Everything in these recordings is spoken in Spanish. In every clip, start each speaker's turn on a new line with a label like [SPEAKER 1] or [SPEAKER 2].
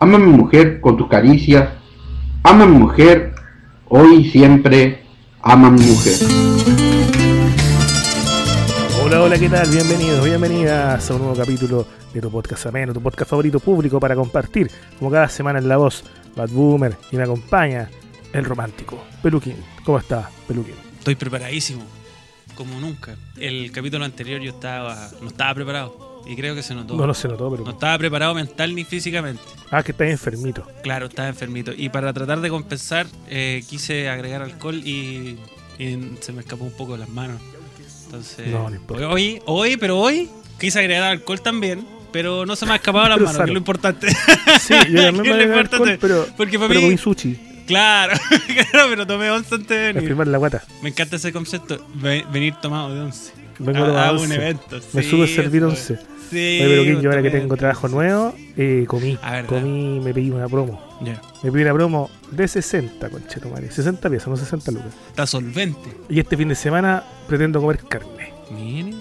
[SPEAKER 1] Ama a mi mujer con tus caricias. Ama a mi mujer hoy y siempre. Ama a mi mujer.
[SPEAKER 2] Hola, hola, ¿qué tal? Bienvenidos, bienvenidas a un nuevo capítulo de tu podcast ameno, tu podcast favorito público para compartir, como cada semana en La Voz, Bad Boomer, y me acompaña el romántico, Peluquín. ¿Cómo está, Peluquín?
[SPEAKER 3] Estoy preparadísimo, como nunca. El capítulo anterior yo estaba no estaba preparado y creo que se notó.
[SPEAKER 2] No, no se notó, pero...
[SPEAKER 3] No estaba preparado mental ni físicamente.
[SPEAKER 2] Ah, que estás enfermito.
[SPEAKER 3] Claro, estaba enfermito. Y para tratar de compensar, eh, quise agregar alcohol y, y se me escapó un poco de las manos. Entonces,
[SPEAKER 2] No, no importa.
[SPEAKER 3] hoy, hoy, pero hoy quise agregar alcohol también, pero no se me ha escapado de las
[SPEAKER 2] Pero
[SPEAKER 3] manos, que
[SPEAKER 2] sano.
[SPEAKER 3] es lo importante.
[SPEAKER 2] Sí, yo también
[SPEAKER 3] ¿Qué
[SPEAKER 2] me
[SPEAKER 3] le
[SPEAKER 2] voy a
[SPEAKER 3] importa
[SPEAKER 2] alcohol,
[SPEAKER 3] a ti?
[SPEAKER 2] pero,
[SPEAKER 3] Porque para
[SPEAKER 2] pero
[SPEAKER 3] mí,
[SPEAKER 2] comí sushi,
[SPEAKER 3] claro, claro, pero tomé once antes de
[SPEAKER 2] me
[SPEAKER 3] venir.
[SPEAKER 2] firmar la guata.
[SPEAKER 3] Me encanta ese concepto, ve- venir tomado de once.
[SPEAKER 2] Vengo
[SPEAKER 3] a,
[SPEAKER 2] a tomar
[SPEAKER 3] a un
[SPEAKER 2] once.
[SPEAKER 3] evento.
[SPEAKER 2] Me
[SPEAKER 3] sí,
[SPEAKER 2] supe servir
[SPEAKER 3] eso,
[SPEAKER 2] once.
[SPEAKER 3] Sí.
[SPEAKER 2] Oye, Peluquín, yo ahora que
[SPEAKER 3] tomé-
[SPEAKER 2] tengo trabajo nuevo, eh, comí,
[SPEAKER 3] Ah, verdad.
[SPEAKER 2] comí, me pedí una promo.
[SPEAKER 3] Ya.
[SPEAKER 2] Me pedí una promo de 60, conchetumare. 60 piezas, no 60 lucas.
[SPEAKER 3] Está solvente.
[SPEAKER 2] Y este fin de semana pretendo comer carne.
[SPEAKER 3] Miren.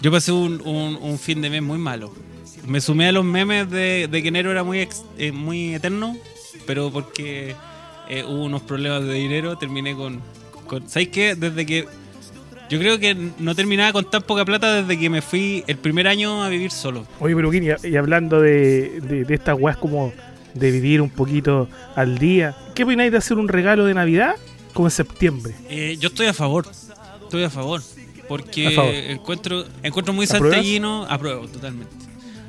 [SPEAKER 3] Yo pasé un, un- un fin de mes muy malo. Me sumé a los memes de, de que enero era muy, ex- eh, muy eterno, pero porque eh, hubo unos problemas de dinero, terminé con, con... ¿Sabes qué? Desde que... Yo creo que no terminaba con tan poca plata desde que me fui el primer año a vivir solo.
[SPEAKER 2] Oye, Peluquín, y, y hablando de, de- de estas weas como de vivir un poquito al día, ¿qué opináis de hacer un regalo de Navidad como en septiembre?
[SPEAKER 3] Eh, yo estoy a favor. Estoy a favor. Porque
[SPEAKER 2] A favor.
[SPEAKER 3] encuentro encuentro muy
[SPEAKER 2] ¿Apruebas?
[SPEAKER 3] santellino. Apruebo, totalmente.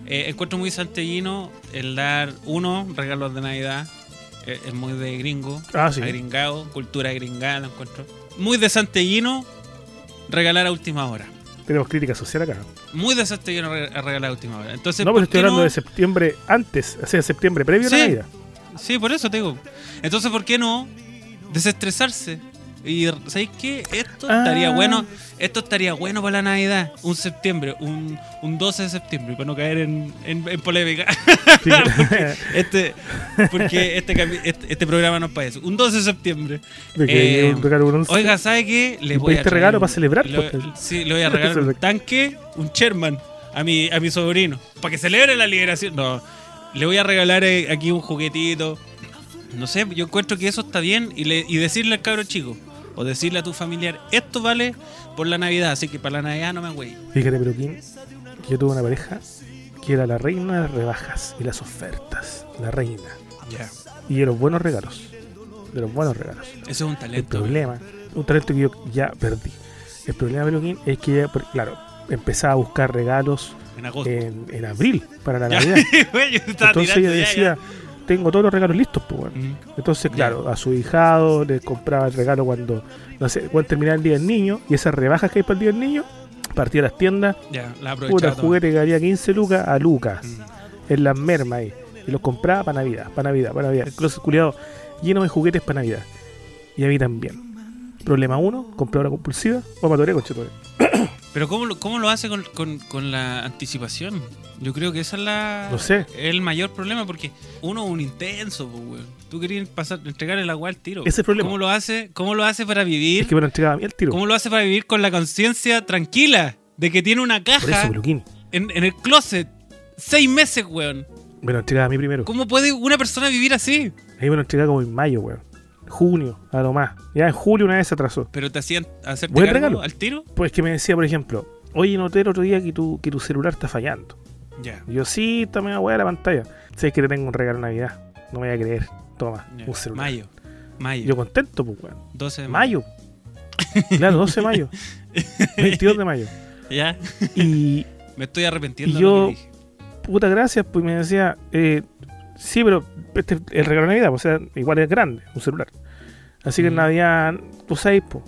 [SPEAKER 3] Eh, encuentro muy santellino el dar, uno, regalos de Navidad. Eh, es muy de gringo.
[SPEAKER 2] Ah, sí.
[SPEAKER 3] Agringado, cultura gringada, lo encuentro. Muy de santellino regalar a última hora.
[SPEAKER 2] Tenemos crítica social acá.
[SPEAKER 3] Muy de santellino re- regalar a última hora. Entonces,
[SPEAKER 2] No,
[SPEAKER 3] ¿por
[SPEAKER 2] pero estoy
[SPEAKER 3] qué
[SPEAKER 2] hablando
[SPEAKER 3] no?
[SPEAKER 2] de septiembre antes, o sea, septiembre previo a
[SPEAKER 3] Sí.
[SPEAKER 2] la Navidad.
[SPEAKER 3] Sí, por eso te digo. Entonces, ¿por qué no desestresarse? Y ¿sabéis qué? Esto
[SPEAKER 2] Ah.
[SPEAKER 3] estaría bueno, esto estaría bueno para la Navidad, un septiembre, un, un 12 de septiembre, para no caer en, en- en polémica.
[SPEAKER 2] Sí.
[SPEAKER 3] Este, porque este, capi- este, este programa no es para eso. Un 12 de septiembre.
[SPEAKER 2] Me quedé
[SPEAKER 3] Eh,
[SPEAKER 2] un regalo con once.
[SPEAKER 3] Oiga, ¿sabe qué?
[SPEAKER 2] ¿Y
[SPEAKER 3] Le voy a
[SPEAKER 2] pediste
[SPEAKER 3] traer
[SPEAKER 2] regalo
[SPEAKER 3] un-
[SPEAKER 2] para celebrar,
[SPEAKER 3] le voy-
[SPEAKER 2] pues?
[SPEAKER 3] sí, le voy a regalar un tanque, un Sherman a mi, a mi sobrino. Para que celebre la liberación. No, le voy a regalar eh, aquí un juguetito. No sé, yo encuentro que eso está bien. Y, le- y decirle al cabro chico, o decirle a tu familiar, esto vale por la Navidad. Así que para la Navidad no me güey.
[SPEAKER 2] Fíjate, Peluquín, que yo tuve una pareja que era la reina de las rebajas y las ofertas. La reina.
[SPEAKER 3] Ya.
[SPEAKER 2] Y de los buenos regalos. De los buenos regalos.
[SPEAKER 3] Eso es un
[SPEAKER 2] El
[SPEAKER 3] talento.
[SPEAKER 2] problema, un talento que yo ya perdí. El problema, Peluquín, es que ella, por- claro, empezaba a buscar regalos
[SPEAKER 3] En agosto.
[SPEAKER 2] en, en abril para la
[SPEAKER 3] Ya.
[SPEAKER 2] Navidad.
[SPEAKER 3] Güey, yo estaba
[SPEAKER 2] Entonces ella
[SPEAKER 3] tirando ya,
[SPEAKER 2] decía, tengo todos los regalos listos, pues bueno.
[SPEAKER 3] ya. Mm.
[SPEAKER 2] Entonces,
[SPEAKER 3] Ya.
[SPEAKER 2] claro, a su hijado le compraba el regalo cuando, no sé, cuando terminaba el Día del Niño. Y esas rebajas que hay para el Día del Niño, partía a las tiendas,
[SPEAKER 3] Ya, la
[SPEAKER 2] Puta,
[SPEAKER 3] aprovechaba.
[SPEAKER 2] el juguete que valía 15 lucas a lucas.
[SPEAKER 3] Mm.
[SPEAKER 2] En las mermas ahí. Y los compraba para Navidad, para Navidad, para Navidad. El closet culiado lleno de juguetes para Navidad. Y a mí también. Problema uno, compradora compulsiva. Vamos a Toré, conchetore.
[SPEAKER 3] Pero ¿cómo lo, cómo lo hace con, con- con la anticipación? Yo creo que esa es la...
[SPEAKER 2] No sé.
[SPEAKER 3] El mayor problema porque uno es un intenso, pues, weón. Tú querías pasar, entregarle la agua al tiro.
[SPEAKER 2] Ese es el problema.
[SPEAKER 3] ¿Cómo lo hace, cómo lo hace para
[SPEAKER 2] Es
[SPEAKER 3] vivir?
[SPEAKER 2] que me lo entregaba a mí el tiro.
[SPEAKER 3] ¿Cómo lo hace para vivir con la conciencia tranquila de que tiene una
[SPEAKER 2] Por eso,
[SPEAKER 3] caja
[SPEAKER 2] peluquín.
[SPEAKER 3] en, en el closet? Seis meses, weón.
[SPEAKER 2] Me lo entregaba a mí primero.
[SPEAKER 3] ¿Cómo puede una persona vivir así?
[SPEAKER 2] Ahí me lo entregaba como en mayo, weón. Junio, a lo más. Ya en julio una vez se atrasó.
[SPEAKER 3] Pero te hacían hacerte
[SPEAKER 2] Buen
[SPEAKER 3] cargo
[SPEAKER 2] regalo.
[SPEAKER 3] al tiro.
[SPEAKER 2] Pues que me decía, por ejemplo, oye, noté el otro día que tu, que tu celular está fallando.
[SPEAKER 3] Ya.
[SPEAKER 2] Y Yo sí, también weá de la pantalla. Sé que te tengo un regalo de Navidad. No me voy a creer. Toma,
[SPEAKER 3] ya.
[SPEAKER 2] un celular.
[SPEAKER 3] Mayo. Mayo.
[SPEAKER 2] Yo contento, pues, weón.
[SPEAKER 3] 12 de
[SPEAKER 2] Mayo. Claro, 12 de mayo. 22 de mayo.
[SPEAKER 3] Ya.
[SPEAKER 2] Y
[SPEAKER 3] Me estoy arrepintiendo.
[SPEAKER 2] Y
[SPEAKER 3] de lo
[SPEAKER 2] yo-
[SPEAKER 3] que dije.
[SPEAKER 2] puta gracias, pues me decía, eh, sí, pero este es el regalo de Navidad, pues, o sea, igual es grande, un celular. Así que en
[SPEAKER 3] Mm.
[SPEAKER 2] Navidad, tú sabes, pues.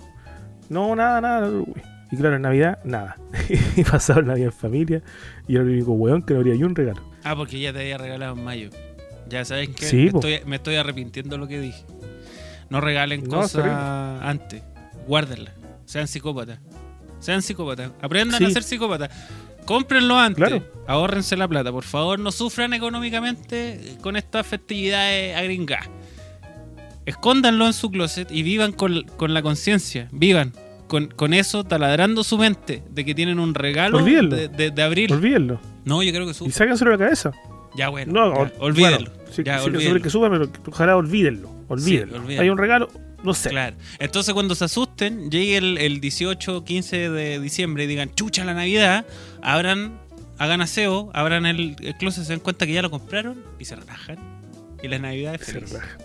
[SPEAKER 2] No, nada, nada, güey. Y claro, en Navidad, nada. y pasado la Navidad en familia, y era el único weón que no habría yo un regalo.
[SPEAKER 3] Ah, porque ya te había regalado en mayo. Ya sabes que
[SPEAKER 2] Sí,
[SPEAKER 3] me,
[SPEAKER 2] po.
[SPEAKER 3] estoy, me estoy arrepintiendo de lo que dije. No regalen
[SPEAKER 2] No, es
[SPEAKER 3] cosas
[SPEAKER 2] terrible.
[SPEAKER 3] antes. Guárdenlas. Sean psicópatas. Sean psicópatas. Aprendan a
[SPEAKER 2] Sí.
[SPEAKER 3] ser psicópatas. Cómprenlo antes.
[SPEAKER 2] Claro.
[SPEAKER 3] Ahórrense la plata. Por favor, no sufran económicamente con estas festividades agringadas. Escóndanlo en su closet y vivan con, con la conciencia. Vivan. Con, con eso taladrando su mente de que tienen un regalo
[SPEAKER 2] Olvídenlo.
[SPEAKER 3] de, de- de abril.
[SPEAKER 2] Olvídenlo.
[SPEAKER 3] No, yo creo que
[SPEAKER 2] Y
[SPEAKER 3] sufren.
[SPEAKER 2] sáquenselo de la cabeza.
[SPEAKER 3] Ya bueno.
[SPEAKER 2] No,
[SPEAKER 3] ya,
[SPEAKER 2] ol-
[SPEAKER 3] olvídelo.
[SPEAKER 2] bueno, Sí,
[SPEAKER 3] Ya,
[SPEAKER 2] sí,
[SPEAKER 3] olvídenlo.
[SPEAKER 2] sobre que suba, pero ojalá olvídenlo. Olvídenlo.
[SPEAKER 3] olvídenlo.
[SPEAKER 2] Hay un regalo, no sé.
[SPEAKER 3] Claro. Entonces cuando se asusten, llegue el, el 18, 15 de diciembre y digan, chucha la Navidad, abran, hagan aseo, abran el, el closet, se den cuenta que ya lo compraron y se relajan. Y la Navidad es
[SPEAKER 2] Se
[SPEAKER 3] feliz.
[SPEAKER 2] raja.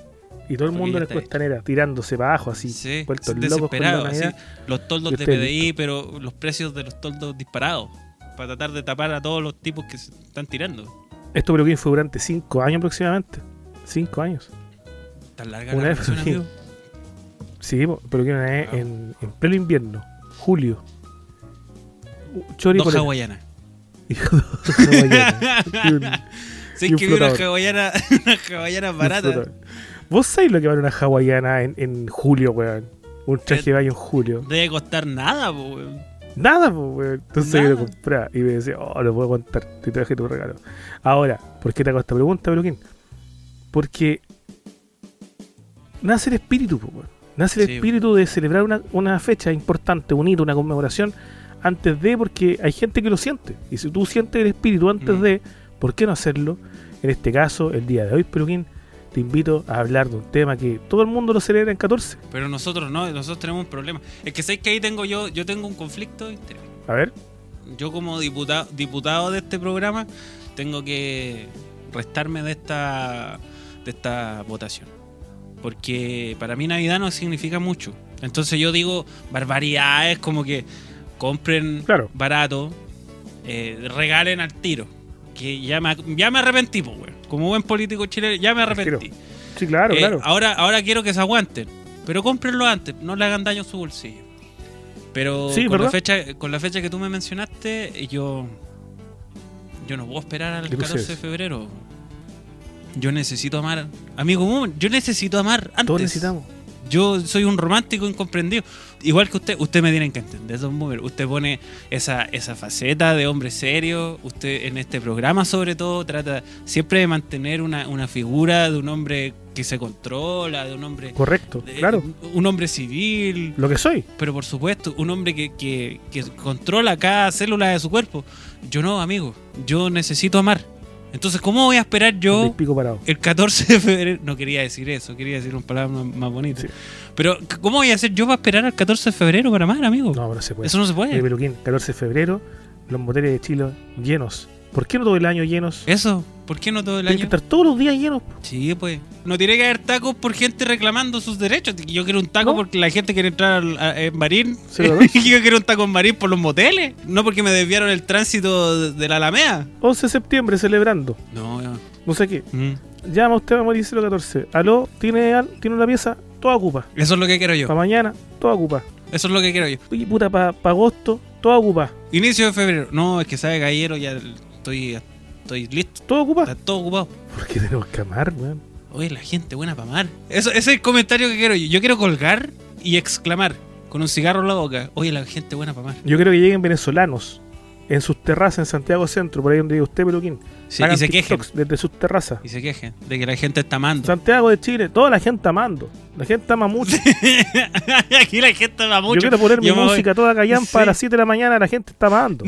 [SPEAKER 2] Y todo el
[SPEAKER 3] Porque
[SPEAKER 2] mundo
[SPEAKER 3] ya
[SPEAKER 2] en la
[SPEAKER 3] está ahí.
[SPEAKER 2] costanera, tirándose para abajo así,
[SPEAKER 3] Sí,
[SPEAKER 2] vueltos locos con la
[SPEAKER 3] desesperado. así,
[SPEAKER 2] Navidad.
[SPEAKER 3] los
[SPEAKER 2] Y
[SPEAKER 3] toldos de
[SPEAKER 2] ustedes
[SPEAKER 3] PDI, pero los precios de los toldos disparados. Para tratar de tapar a todos los tipos que se están tirando.
[SPEAKER 2] Esto creo que fue durante 5 años aproximadamente. 5 años.
[SPEAKER 3] Tan larga
[SPEAKER 2] Una
[SPEAKER 3] la
[SPEAKER 2] vez
[SPEAKER 3] relación,
[SPEAKER 2] fui-
[SPEAKER 3] amigo.
[SPEAKER 2] Sí, po, pero que una vez
[SPEAKER 3] Ah.
[SPEAKER 2] en, en pleno invierno, julio. U- Chori
[SPEAKER 3] Dos
[SPEAKER 2] polera.
[SPEAKER 3] hawaianas.
[SPEAKER 2] Y dos hawaianas. Y un-
[SPEAKER 3] Sí,
[SPEAKER 2] y un
[SPEAKER 3] que vi una
[SPEAKER 2] flotador.
[SPEAKER 3] hawaiana, una hawaiana barata.
[SPEAKER 2] Disfruta. ¿Vos sabés lo que vale una hawaiana en, en julio, weón? Un traje de baño en julio.
[SPEAKER 3] Debe costar nada, po, weón.
[SPEAKER 2] Nada, pues, weón. Entonces yo lo
[SPEAKER 3] Nada.
[SPEAKER 2] compré y me decía, oh, lo puedo contar, te traje tu regalo. Ahora, ¿por qué te hago esta pregunta, Peluquín? Porque nace el espíritu, pues, weón. Nace el
[SPEAKER 3] Sí.
[SPEAKER 2] espíritu de celebrar una, una fecha importante, un hito, una conmemoración, antes de, porque hay gente que lo siente. Y si tú sientes el espíritu antes
[SPEAKER 3] Mm.
[SPEAKER 2] de, ¿por qué no hacerlo? En este caso, el día de hoy, Peluquín, te invito a hablar de un tema que todo el mundo lo celebra en 14.
[SPEAKER 3] Pero nosotros no, nosotros tenemos un problema. Es que sabéis que ahí tengo yo, yo tengo un conflicto de interés.
[SPEAKER 2] A ver,
[SPEAKER 3] Yo como diputado, diputado de este programa tengo que restarme de esta de esta votación. Porque para mí Navidad no significa mucho. Entonces yo digo barbaridades como que compren
[SPEAKER 2] Claro.
[SPEAKER 3] barato, eh, regalen al tiro. Que ya me, ya me arrepentí, pues, weón. Como buen político chileno, ya me
[SPEAKER 2] Arquero.
[SPEAKER 3] arrepentí.
[SPEAKER 2] sí, claro,
[SPEAKER 3] Eh,
[SPEAKER 2] claro.
[SPEAKER 3] Ahora, ahora quiero que se aguanten. Pero cómprenlo antes, no le hagan daño a su bolsillo. Pero
[SPEAKER 2] Sí,
[SPEAKER 3] con, la
[SPEAKER 2] ¿verdad?
[SPEAKER 3] fecha, con la fecha que tú me mencionaste, yo. Yo no puedo esperar al
[SPEAKER 2] ¿Qué
[SPEAKER 3] 14 de
[SPEAKER 2] prefieres?
[SPEAKER 3] febrero. Yo necesito amar. Amigo común, yo necesito amar antes.
[SPEAKER 2] Todos necesitamos.
[SPEAKER 3] Yo soy un romántico incomprendido. Igual que usted, usted me tienen que entender, Don Boomer. Usted pone esa, esa faceta de hombre serio. Usted en este programa, sobre todo, trata siempre de mantener una, una figura de un hombre que se controla, de un hombre.
[SPEAKER 2] Correcto,
[SPEAKER 3] de-
[SPEAKER 2] claro.
[SPEAKER 3] Un hombre civil,
[SPEAKER 2] Lo que soy.
[SPEAKER 3] pero por supuesto, un hombre que, que- que controla cada célula de su cuerpo. Yo no, amigo. Yo necesito amar. Entonces, ¿cómo voy a esperar yo?
[SPEAKER 2] Del pico parado.
[SPEAKER 3] el 14 de febrero, no quería decir eso, quería decir un palabra más, más bonita.
[SPEAKER 2] Sí.
[SPEAKER 3] Pero, c- ¿cómo voy a hacer yo para esperar al 14 de febrero para amar, amigo?
[SPEAKER 2] No, pues, no se puede.
[SPEAKER 3] eso no se
[SPEAKER 2] Oye,
[SPEAKER 3] puede.
[SPEAKER 2] Peluquín, 14 de febrero, los moteles de Chile llenos. ¿Por qué no todo el año llenos?
[SPEAKER 3] Eso, ¿por qué no todo el
[SPEAKER 2] Tienen que
[SPEAKER 3] año?
[SPEAKER 2] estar todos los días llenos. po.
[SPEAKER 3] Sí, pues. No tiene que haber tacos por gente reclamando sus derechos. Yo quiero un taco
[SPEAKER 2] No.
[SPEAKER 3] porque la gente quiere entrar al- a- en Marín.
[SPEAKER 2] Sí, ¿verdad?
[SPEAKER 3] yo quiero un taco en Marín por los moteles. No porque me desviaron el tránsito de- de la Alameda.
[SPEAKER 2] 11 de septiembre celebrando.
[SPEAKER 3] No, no.
[SPEAKER 2] No sé qué.
[SPEAKER 3] Mm.
[SPEAKER 2] Llama usted a morir 14. Aló, tiene, al- tiene una pieza, toda ocupa.
[SPEAKER 3] Eso es lo que quiero yo.
[SPEAKER 2] Para mañana, toda ocupa.
[SPEAKER 3] Eso es lo que quiero yo.
[SPEAKER 2] Oye, puta, para agosto, toda ocupa.
[SPEAKER 3] Inicio de febrero. No, es que sabe, gallero, ya estoy, estoy listo.
[SPEAKER 2] Toda ocupa.
[SPEAKER 3] Está todo ocupado.
[SPEAKER 2] ¿Por qué tenemos que amar, weón?
[SPEAKER 3] Oye, la gente buena para amar. Eso, ese es el comentario que quiero yo. Yo quiero colgar y exclamar con un cigarro en la boca. Oye, la gente buena para amar.
[SPEAKER 2] Yo creo que lleguen venezolanos en sus terrazas en Santiago Centro, por ahí donde vive usted, Peluquín.
[SPEAKER 3] Sí, y
[SPEAKER 2] Hagan
[SPEAKER 3] se quejen.
[SPEAKER 2] TikToks desde sus terrazas.
[SPEAKER 3] Y se quejen de que la gente está amando.
[SPEAKER 2] Santiago de Chile, toda la gente amando. La gente ama mucho.
[SPEAKER 3] Aquí la gente ama mucho.
[SPEAKER 2] Yo quiero poner mi
[SPEAKER 3] me voy.
[SPEAKER 2] música toda callampa
[SPEAKER 3] Sí.
[SPEAKER 2] a las 7 de la mañana, la gente está amando.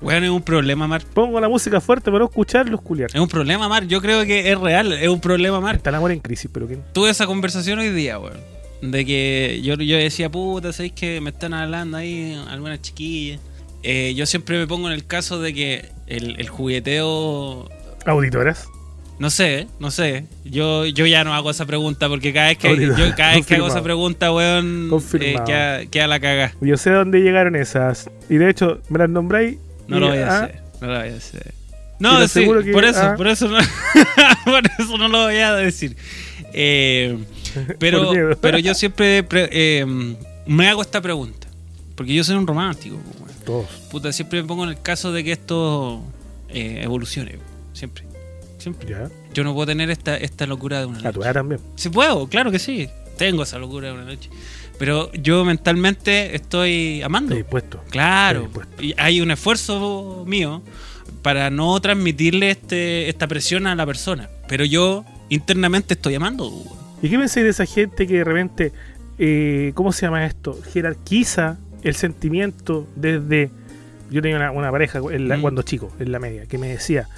[SPEAKER 3] bueno, es un problema, Mar.
[SPEAKER 2] Pongo la música fuerte para no escucharlos culiar.
[SPEAKER 3] Es un problema, Mar. Yo creo que es real. Es un problema, Mar.
[SPEAKER 2] Está el amor en crisis, pero ¿quién?
[SPEAKER 3] tuve esa conversación hoy día, weón. De que yo, yo decía, puta, ¿sabéis que me están hablando ahí algunas chiquillas? Eh, yo siempre me pongo en el caso de que el, el jugueteo.
[SPEAKER 2] Auditoras.
[SPEAKER 3] No sé, no sé. Yo, yo ya no hago esa pregunta porque cada vez que,
[SPEAKER 2] Ahorita,
[SPEAKER 3] yo cada vez que hago esa
[SPEAKER 2] confirmado.
[SPEAKER 3] pregunta, weón, eh,
[SPEAKER 2] Confirmado.
[SPEAKER 3] queda, queda la caga.
[SPEAKER 2] Yo sé dónde llegaron esas. Y de hecho, me las nombráis.
[SPEAKER 3] No
[SPEAKER 2] y-
[SPEAKER 3] lo voy a
[SPEAKER 2] ah,
[SPEAKER 3] hacer. No lo voy a hacer.
[SPEAKER 2] Y
[SPEAKER 3] No,
[SPEAKER 2] lo
[SPEAKER 3] sí,
[SPEAKER 2] seguro que-
[SPEAKER 3] por eso,
[SPEAKER 2] ah.
[SPEAKER 3] por eso no, por eso no lo voy a decir. Eh, pero,
[SPEAKER 2] Por miedo.
[SPEAKER 3] pero yo siempre pre- eh, me hago esta pregunta. Porque yo soy un romántico. pues, weón.
[SPEAKER 2] Todos.
[SPEAKER 3] Puta, siempre me pongo en el caso de que esto eh, evolucione. weón. Siempre. Siempre.
[SPEAKER 2] Ya. Ah,
[SPEAKER 3] Yo no puedo tener esta, esta locura de una
[SPEAKER 2] La
[SPEAKER 3] noche.
[SPEAKER 2] tuya también.
[SPEAKER 3] Si puedo, claro que sí. Tengo esa locura de una noche. Pero yo mentalmente estoy amando.
[SPEAKER 2] Estoy dispuesto.
[SPEAKER 3] Claro,
[SPEAKER 2] Estoy dispuesto.
[SPEAKER 3] y hay un esfuerzo mío para no transmitirle este, esta presión a la persona. Pero yo internamente estoy amando. pues, weón.
[SPEAKER 2] ¿Y qué pensáis de esa gente que de repente, eh, ¿cómo se llama esto? Jerarquiza el sentimiento desde yo tenía una, una pareja en la-
[SPEAKER 3] Mm.
[SPEAKER 2] cuando chico, en la media, que me decía,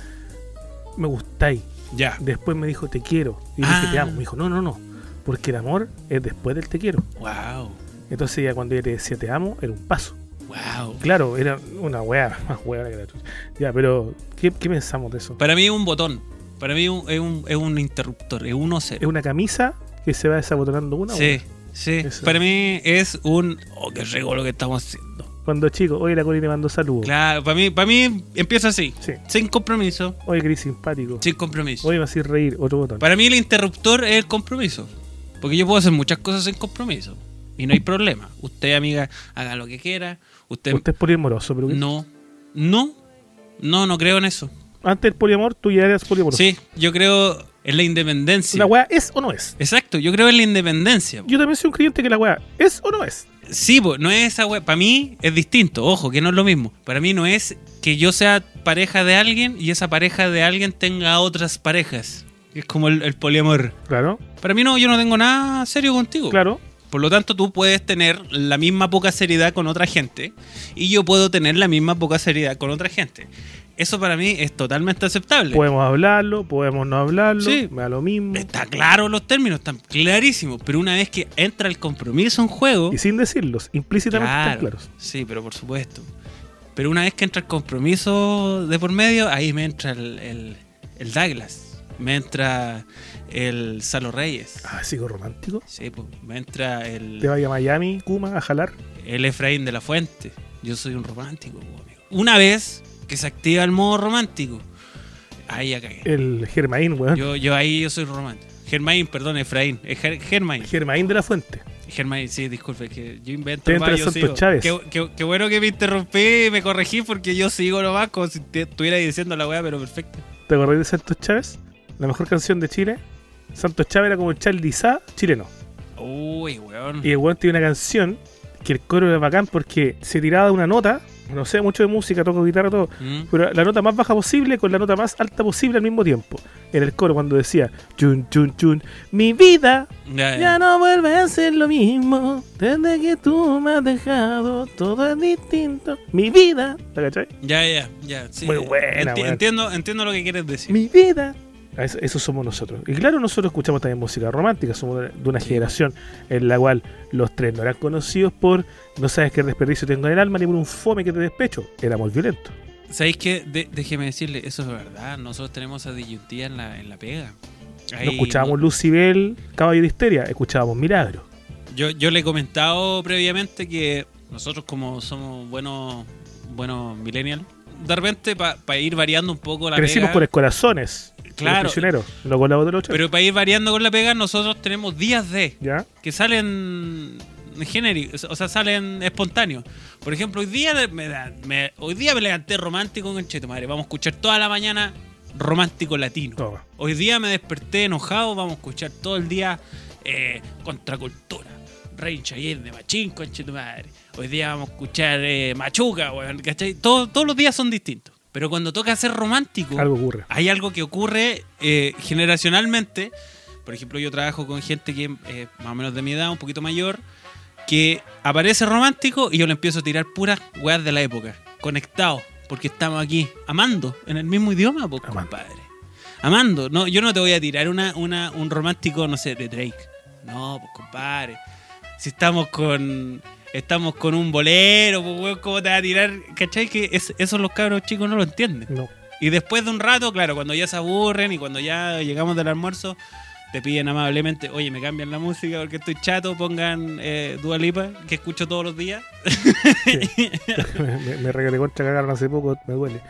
[SPEAKER 2] me gustáis.
[SPEAKER 3] Ya.
[SPEAKER 2] Después me dijo, te quiero. Y yo dije,
[SPEAKER 3] Ah.
[SPEAKER 2] te amo. Me dijo, no, no, no. Porque el amor es después del te quiero.
[SPEAKER 3] Wow.
[SPEAKER 2] Entonces ella cuando ella te decía te amo, era un paso.
[SPEAKER 3] Wow.
[SPEAKER 2] Claro, era una weá, más weá que la chucha. Ya, pero ¿qué, qué pensamos de eso?
[SPEAKER 3] Para mí es un botón. Para mí es un, es un, es un interruptor. Es un
[SPEAKER 2] Es
[SPEAKER 3] 1-0.
[SPEAKER 2] una camisa que se va desabotonando una a
[SPEAKER 3] Sí, sí.
[SPEAKER 2] Eso.
[SPEAKER 3] Para mí es un. Oh, qué rico lo que estamos haciendo.
[SPEAKER 2] una. Cuando chico, oye la Cori te mandó saludos.
[SPEAKER 3] Claro, para mí, para mí empieza así.
[SPEAKER 2] Sí.
[SPEAKER 3] Sin compromiso.
[SPEAKER 2] Oye, Cris, simpático.
[SPEAKER 3] Sin compromiso.
[SPEAKER 2] Oye, me hacís reír, otro botón.
[SPEAKER 3] Para mí el interruptor es el compromiso. Porque yo puedo hacer muchas cosas sin compromiso. Y no hay problema. Usted, amiga, haga lo que quiera. Usted.
[SPEAKER 2] Usted es poliamoroso, pero ¿qué?
[SPEAKER 3] No. No. No, no creo en eso.
[SPEAKER 2] antes del poliamor tú ya eras poliamoroso.
[SPEAKER 3] Sí, yo creo en la independencia.
[SPEAKER 2] ¿La weá es o no es?
[SPEAKER 3] Exacto, yo creo en la independencia. po.
[SPEAKER 2] Yo también soy un creyente que la weá es o no es.
[SPEAKER 3] Sí, po, no es esa Para mí es distinto, ojo, que no es lo mismo. Para mí no es que yo sea pareja de alguien y esa pareja de alguien tenga otras parejas. Es como el, el poliamor.
[SPEAKER 2] Claro,
[SPEAKER 3] Para mí no, yo no tengo nada serio contigo.
[SPEAKER 2] claro.
[SPEAKER 3] Por lo tanto, tú puedes tener la misma poca seriedad con otra gente y yo puedo tener la misma poca seriedad con otra gente. Eso para mí es totalmente aceptable.
[SPEAKER 2] Podemos hablarlo, podemos no hablarlo.
[SPEAKER 3] Sí.
[SPEAKER 2] Me da lo mismo.
[SPEAKER 3] Está claro los términos, están clarísimos, pero una vez que entra el compromiso en juego,
[SPEAKER 2] Y sin decirlos, implícitamente están
[SPEAKER 3] claro,
[SPEAKER 2] claros.
[SPEAKER 3] sí, pero por supuesto. Pero una vez que entra el compromiso de por medio, ahí me entra el, el- el Douglas, me entra el Salo Reyes,
[SPEAKER 2] Ah, sigo romántico.
[SPEAKER 3] sí, po, me entra
[SPEAKER 2] Te
[SPEAKER 3] el,
[SPEAKER 2] vaya a Miami, Kuma, a jalar.
[SPEAKER 3] el Efraín de la Fuente. Yo soy un romántico, po, amigo. Una vez que se activa el modo romántico, ahí ya cagué.
[SPEAKER 2] El Germain, weón.
[SPEAKER 3] Yo, yo ahí yo soy romántico. Germain, perdón, Efraín. es Ger- Germain.
[SPEAKER 2] Germain de la Fuente.
[SPEAKER 3] Germán, sí, disculpe, que yo invento
[SPEAKER 2] Te
[SPEAKER 3] nomás,
[SPEAKER 2] entra
[SPEAKER 3] yo
[SPEAKER 2] Santos
[SPEAKER 3] sigo.
[SPEAKER 2] Chávez.
[SPEAKER 3] Qué, qué- qué bueno que me interrumpí y me corregí porque yo sigo nomás como si te estuviera diciendo la weá, pero perfecto.
[SPEAKER 2] ¿Te acordás de Santos Chávez? La mejor canción de Chile. Santos Chávez era como el Charlie Sá chileno.
[SPEAKER 3] Uy, weón.
[SPEAKER 2] Y el weón tiene una canción que el coro era bacán porque se tiraba de una nota. No sé mucho de música, toco guitarra, todo.
[SPEAKER 3] Mm.
[SPEAKER 2] Pero la nota más baja posible con la nota más alta posible al mismo tiempo. En el coro cuando decía, chun, chun, chun, mi vida
[SPEAKER 3] Ya,
[SPEAKER 2] Ya
[SPEAKER 3] ya.
[SPEAKER 2] no vuelve a ser lo mismo desde que tú me has dejado. Todo es distinto. Mi vida. ¿La cachai?
[SPEAKER 3] Ya, ya, ya, sí.
[SPEAKER 2] Muy buena,
[SPEAKER 3] Enti-
[SPEAKER 2] weón.
[SPEAKER 3] Entiendo, entiendo lo que quieres decir.
[SPEAKER 2] Mi vida. Ah, Eso, eso somos nosotros. Y claro, nosotros escuchamos también música romántica. Somos de- de una generación en la cual los tres no eran conocidos por no sabes qué desperdicio tengo en el alma ni por un fome que te despecho. Éramos violentos.
[SPEAKER 3] ¿Sabéis qué? De- déjeme decirle, eso es verdad. Nosotros tenemos a disyuntía en la, en la pega. Ahí-
[SPEAKER 2] no escuchábamos Lucibel, Caballo de Histeria. Escuchábamos Milagro.
[SPEAKER 3] Yo, yo le he comentado previamente que nosotros como somos buenos, buenos millennials, de repente para ir variando un poco la
[SPEAKER 2] Crecimos
[SPEAKER 3] pega,
[SPEAKER 2] con los corazones. de
[SPEAKER 3] Claro.
[SPEAKER 2] Los prisioneros. No con la voz de los chicos.
[SPEAKER 3] Pero para ir variando con la pega, nosotros tenemos días de
[SPEAKER 2] ¿Ya?
[SPEAKER 3] que salen genéricos, o sea, salen espontáneos. Por ejemplo, hoy día me, da- me- hoy día me levanté romántico con madre. Vamos a escuchar toda la mañana romántico latino.
[SPEAKER 2] Toma.
[SPEAKER 3] Hoy día me desperté enojado, vamos a escuchar todo el día eh, contracultura. Reincha y de Machín, conche tu madre. Hoy día vamos a escuchar eh, Machuca, weón, ¿cachai? Todo- todos los días son distintos. Pero cuando toca ser romántico,
[SPEAKER 2] Algo ocurre.
[SPEAKER 3] hay algo que ocurre eh, generacionalmente. Por ejemplo, yo trabajo con gente que eh, más o menos de mi edad, un poquito mayor, que aparece romántico y yo le empiezo a tirar puras weas de la época, conectados, porque estamos aquí amando en el mismo idioma, pues,
[SPEAKER 2] Amando.
[SPEAKER 3] compadre. Amando, no, yo no te voy a tirar una, una, un romántico, no sé, de Drake. No, pues compadre. Si estamos con. Estamos con un bolero, pues weón, ¿cómo te vas a tirar? ¿Cachai? Que es- esos los cabros chicos no lo entienden.
[SPEAKER 2] No.
[SPEAKER 3] Y después de un rato, claro, cuando ya se aburren y cuando ya llegamos del almuerzo, te piden amablemente, oye, me cambian la música porque estoy chato, pongan eh, Dua Lipa, que escucho todos los días.
[SPEAKER 2] me, me- me regalé contra cagaron hace poco, me duele.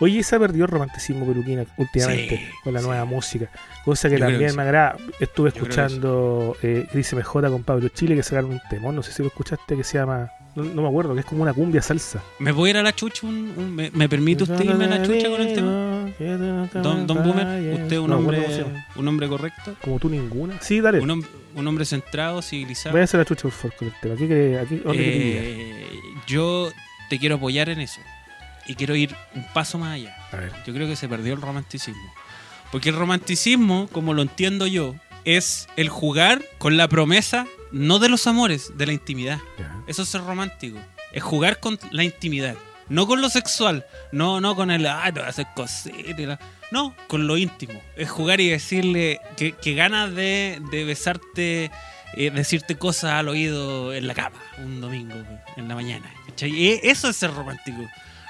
[SPEAKER 2] Oye, se ha perdido el romanticismo peluquina últimamente
[SPEAKER 3] Sí,
[SPEAKER 2] con la
[SPEAKER 3] sí.
[SPEAKER 2] nueva música, cosa que
[SPEAKER 3] Yo creo
[SPEAKER 2] también
[SPEAKER 3] que
[SPEAKER 2] me agrada. Estuve
[SPEAKER 3] Yo creo que sí.
[SPEAKER 2] escuchando eh, Cris MJ con Pablo Chile que sacaron un temón, no sé si lo escuchaste, que se llama, no, no me acuerdo, que es como una cumbia salsa.
[SPEAKER 3] ¿Me voy a ir a la chucha? un- un- me, me permite usted irme a la chucha con el tema? Don, don Boomer, usted es un,
[SPEAKER 2] No me acuerdo
[SPEAKER 3] hombre,
[SPEAKER 2] cómo se llama.
[SPEAKER 3] un hombre correcto,
[SPEAKER 2] Como tú ninguna. Sí, dale.
[SPEAKER 3] un, hom- un hombre centrado, civilizado.
[SPEAKER 2] Voy a hacer la chucha por favor con el tema. ¿Qué cree- aquí, ¿Dónde
[SPEAKER 3] Eh,
[SPEAKER 2] quería?
[SPEAKER 3] yo te quiero apoyar en eso y quiero ir un paso más allá.
[SPEAKER 2] A ver.
[SPEAKER 3] Yo creo que se perdió el romanticismo. Porque el romanticismo, como lo entiendo yo, es el jugar con la promesa, no de los amores, de la intimidad.
[SPEAKER 2] ya.
[SPEAKER 3] Eso es ser romántico. Es jugar con la intimidad. No con lo sexual, no, no con el, ah, te voy a hacer cositas. y la- No, con lo íntimo. Es jugar y decirle que, que ganas de, de besarte, eh, decirte cosas al oído en la cama, un domingo, en la mañana. ¿cachai? E- Eso es ser romántico.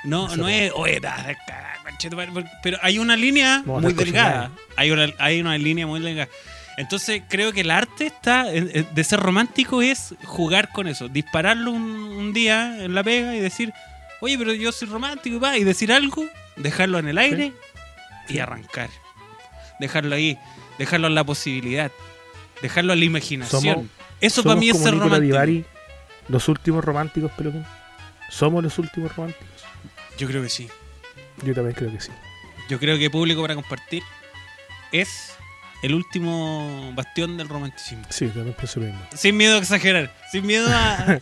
[SPEAKER 3] No,
[SPEAKER 2] Eso
[SPEAKER 3] no
[SPEAKER 2] es.
[SPEAKER 3] es, oye, te vas a hacer cagar, conchetumare", porque- pero hay una línea
[SPEAKER 2] Vamos a
[SPEAKER 3] muy
[SPEAKER 2] hacer
[SPEAKER 3] delgada. Hay una, hay una línea muy delgada. Entonces creo que el arte está eh, eh, de ser romántico es jugar con eso, dispararlo un, un día en la pega y decir, oye, pero yo soy romántico y va, y decir algo, dejarlo en el aire y arrancar. Dejarlo ahí, dejarlo en la posibilidad, dejarlo a la imaginación.
[SPEAKER 2] Somos-
[SPEAKER 3] eso para
[SPEAKER 2] Somos
[SPEAKER 3] mí es
[SPEAKER 2] como
[SPEAKER 3] ser
[SPEAKER 2] Nicola Di
[SPEAKER 3] romántico.
[SPEAKER 2] Bari, los últimos románticos, Peluquín. Somos los últimos románticos.
[SPEAKER 3] Yo creo que sí.
[SPEAKER 2] Yo también creo que sí.
[SPEAKER 3] Yo creo que público para compartir es el último bastión del romanticismo.
[SPEAKER 2] Sí, yo también pienso lo mismo.
[SPEAKER 3] Sin miedo a exagerar, sin miedo a,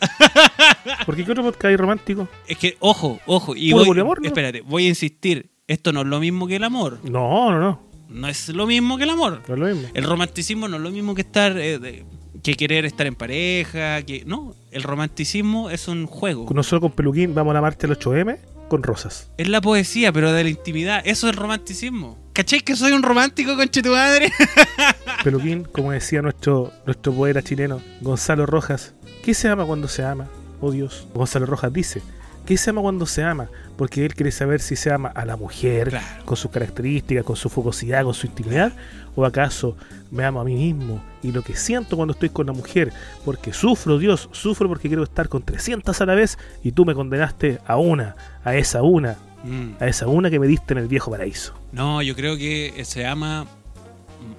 [SPEAKER 2] Porque qué otro podcast hay romántico?
[SPEAKER 3] Es que, ojo, ojo, y
[SPEAKER 2] Puro
[SPEAKER 3] voy,
[SPEAKER 2] poliamor, ¿no?
[SPEAKER 3] espérate, voy a insistir, esto no es lo mismo que el amor,
[SPEAKER 2] No, no, no.
[SPEAKER 3] no es lo mismo que el amor.
[SPEAKER 2] No es lo mismo.
[SPEAKER 3] El romanticismo no es lo mismo que estar, eh, de- que querer estar en pareja, que no, el romanticismo es un juego,
[SPEAKER 2] Nosotros con Peluquín vamos a la marcha del 8M con rosas.
[SPEAKER 3] es la poesía, pero de la intimidad, eso es el romanticismo. ¿Cachai que soy un romántico, conche tu madre?
[SPEAKER 2] Peluquín, como decía nuestro, nuestro poeta chileno, Gonzalo Rojas, ¿qué se ama cuando se ama? Oh Dios. Gonzalo Rojas dice, ¿qué se ama cuando se ama? Porque él quiere saber si se ama a la mujer,
[SPEAKER 3] Claro.
[SPEAKER 2] con sus características, con su focosidad, con su intimidad, o acaso me amo a mí mismo y lo que siento cuando estoy con la mujer, porque sufro, Dios, sufro porque quiero estar con 300 a la vez y tú me condenaste a una, a esa una,
[SPEAKER 3] Mm.
[SPEAKER 2] a esa una que me diste en el viejo paraíso.
[SPEAKER 3] No, yo creo que se llama.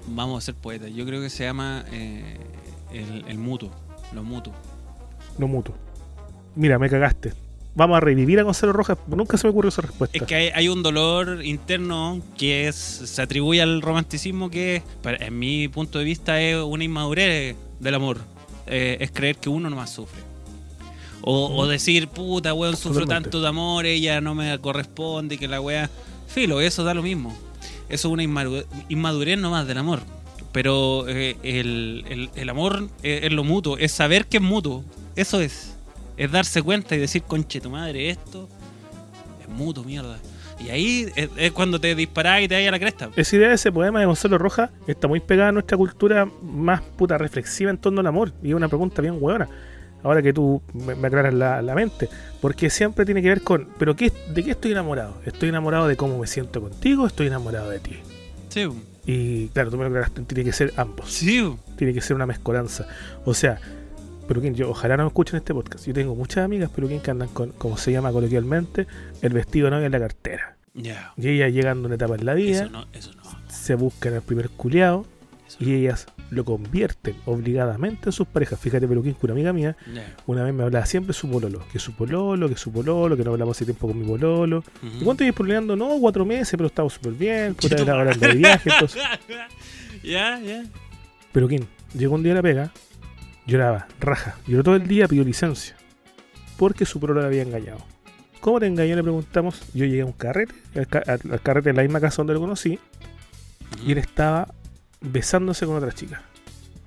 [SPEAKER 3] Vamos a ser poetas. Yo creo que se llama eh, el, el mutuo. Lo mutuo.
[SPEAKER 2] No mutuo. Mira, me cagaste. Vamos a revivir a Gonzalo Rojas. Nunca se me ocurrió esa respuesta.
[SPEAKER 3] Es que hay, hay un dolor interno que es, se atribuye al romanticismo que, para- en mi punto de vista, es una inmadurez del amor. Eh, es creer que uno nomás sufre. O, o decir, puta, weón, sufro
[SPEAKER 2] Totalmente.
[SPEAKER 3] tanto de amor, ella no me corresponde, que la weá... Filo, eso da lo mismo. Eso es una inmaru- inmadurez nomás del amor. Pero eh, el, el- el amor eh, es, es lo mutuo, es saber que es mutuo. Eso es. Es darse cuenta y decir, conche tu madre, esto es mutuo, mierda. Y ahí es, es cuando te disparás y te das a la cresta.
[SPEAKER 2] Esa idea de ese poema de Gonzalo Rojas está muy pegada a nuestra cultura más puta reflexiva en torno al amor. Y es una pregunta bien hueona. Ahora que tú me, me aclaras la, la mente. Porque siempre tiene que ver con, ¿pero qué, de qué estoy enamorado? ¿Estoy enamorado de cómo me siento contigo? ¿Estoy enamorado de ti?
[SPEAKER 3] Sí,
[SPEAKER 2] Y claro, tú me lo aclaraste, tiene que ser ambos.
[SPEAKER 3] sí.
[SPEAKER 2] Tiene que ser una mezcolanza. O sea, Peluquín, yo ojalá no me escuchen este podcast. Yo tengo muchas amigas Peluquín que andan con, como se llama coloquialmente, el vestido novio en la cartera.
[SPEAKER 3] Ya.
[SPEAKER 2] Y ellas llegando a una etapa en la vida,
[SPEAKER 3] Eso no, eso no.
[SPEAKER 2] se buscan al primer culeado
[SPEAKER 3] Eso
[SPEAKER 2] y ellas lo convierten obligadamente en sus parejas. Fíjate, Peluquín, que una amiga mía
[SPEAKER 3] no. Ya.
[SPEAKER 2] una vez me hablaba siempre de su pololo, que su pololo, que su pololo, que no hablamos hace tiempo con mi pololo.
[SPEAKER 3] Ujú.
[SPEAKER 2] ¿Y cuánto llevas pololeando? No, cuatro meses, pero estamos súper bien, puta,
[SPEAKER 3] Conchetumare.
[SPEAKER 2] era hora de viaje, entonces.
[SPEAKER 3] Ya, ya.
[SPEAKER 2] Peluquín, llegó un día a la pega, lloraba, raja, lloró todo el día, pidió licencia, porque su prolo la había engañado. ¿Cómo te engañó? Le preguntamos. Yo llegué a un carrete, al, ca- al- al carrete en la misma casa donde lo conocí, y él estaba besándose con otra chica.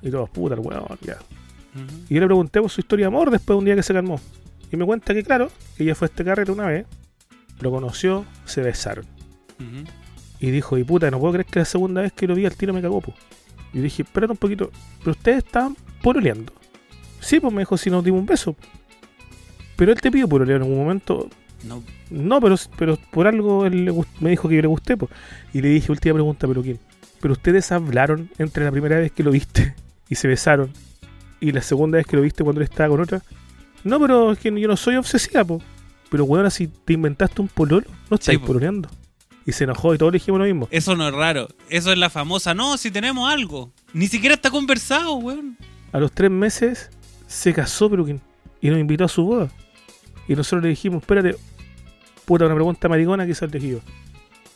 [SPEAKER 2] Y todos, puta, el huevón, ya.
[SPEAKER 3] Ujú.
[SPEAKER 2] Y yo le pregunté por su historia de amor después de un día que se calmó. Y me cuenta que, claro, que ella fue a este carrete una vez, lo conoció, se besaron.
[SPEAKER 3] Ujú.
[SPEAKER 2] Y dijo, y puta, no puedo creer que la segunda vez que lo vi al tiro me cagó, po. Y dije, espérate un poquito, pero ustedes estaban pololeando. Sí, pues me dijo, si nos dimos un beso. Pero él te pidió pololeo en algún momento.
[SPEAKER 3] No.
[SPEAKER 2] No, pero, pero por algo él le gust- me dijo que yo le gusté, po. Y le dije, última pregunta, pero quién. Pero ustedes hablaron entre la primera vez que lo viste y se besaron. Y la segunda vez que lo viste cuando él estaba con otra. No, pero es que yo no soy obsesiva, po. Pero bueno, si te inventaste un pololo, no estáis
[SPEAKER 3] po.
[SPEAKER 2] pololeando. Y se enojó y todos le dijimos lo mismo.
[SPEAKER 3] Eso no es raro. Eso es la famosa. No, si tenemos algo. Ni siquiera está conversado, weón.
[SPEAKER 2] A los tres meses se casó Peluquín y nos invitó a su boda. Y nosotros le dijimos, espérate, puta, una pregunta maricona quizás le dije yo.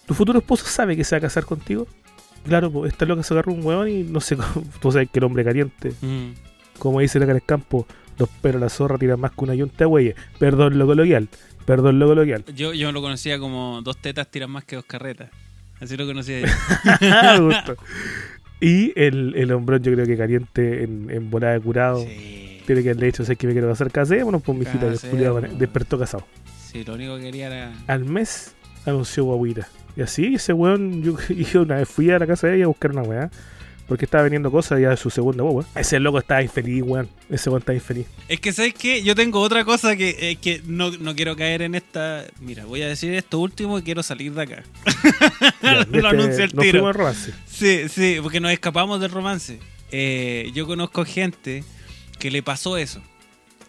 [SPEAKER 2] ¿Tu futuro esposo sabe que se va a casar contigo? Claro, pues esta loca se agarró un huevón y no sé cómo. Tú sabes que el hombre caliente,
[SPEAKER 3] Mm.
[SPEAKER 2] como dice la cara del campo, los perros a la zorra tiran más que una yunta de güeyes. Perdón lo coloquial, perdón lo coloquial.
[SPEAKER 3] Yo, yo lo conocía como dos tetas tiran más que dos carretas. Así lo conocía yo.
[SPEAKER 2] Me gustó. Y el, el hombrón, yo creo que caliente en, en volada de curado.
[SPEAKER 3] Sí.
[SPEAKER 2] Tiene que haberle hecho, sé que me quiero casar, casémonos, pues mijita, que el
[SPEAKER 3] Casémonos.
[SPEAKER 2] culiao despertó casado.
[SPEAKER 3] Sí, Sí, lo único que quería era.
[SPEAKER 2] Al mes anunció guaguita. Y así ese weón, yo, yo una vez fui a la casa de ella a buscar una weá. Porque estaba vendiendo cosas ya de su segunda guagua. Ese loco estaba infeliz, weón. Ese weón estaba infeliz.
[SPEAKER 3] Es que, ¿sabes qué? Yo tengo otra cosa que, es que no, no quiero caer en esta. Mira, voy a decir esto último y quiero salir de acá.
[SPEAKER 2] Ya, este,
[SPEAKER 3] lo anuncio al
[SPEAKER 2] nos
[SPEAKER 3] tiro.
[SPEAKER 2] fuimos al romance.
[SPEAKER 3] Sí, sí, porque nos escapamos del romance. Eh, yo conozco gente que le pasó eso,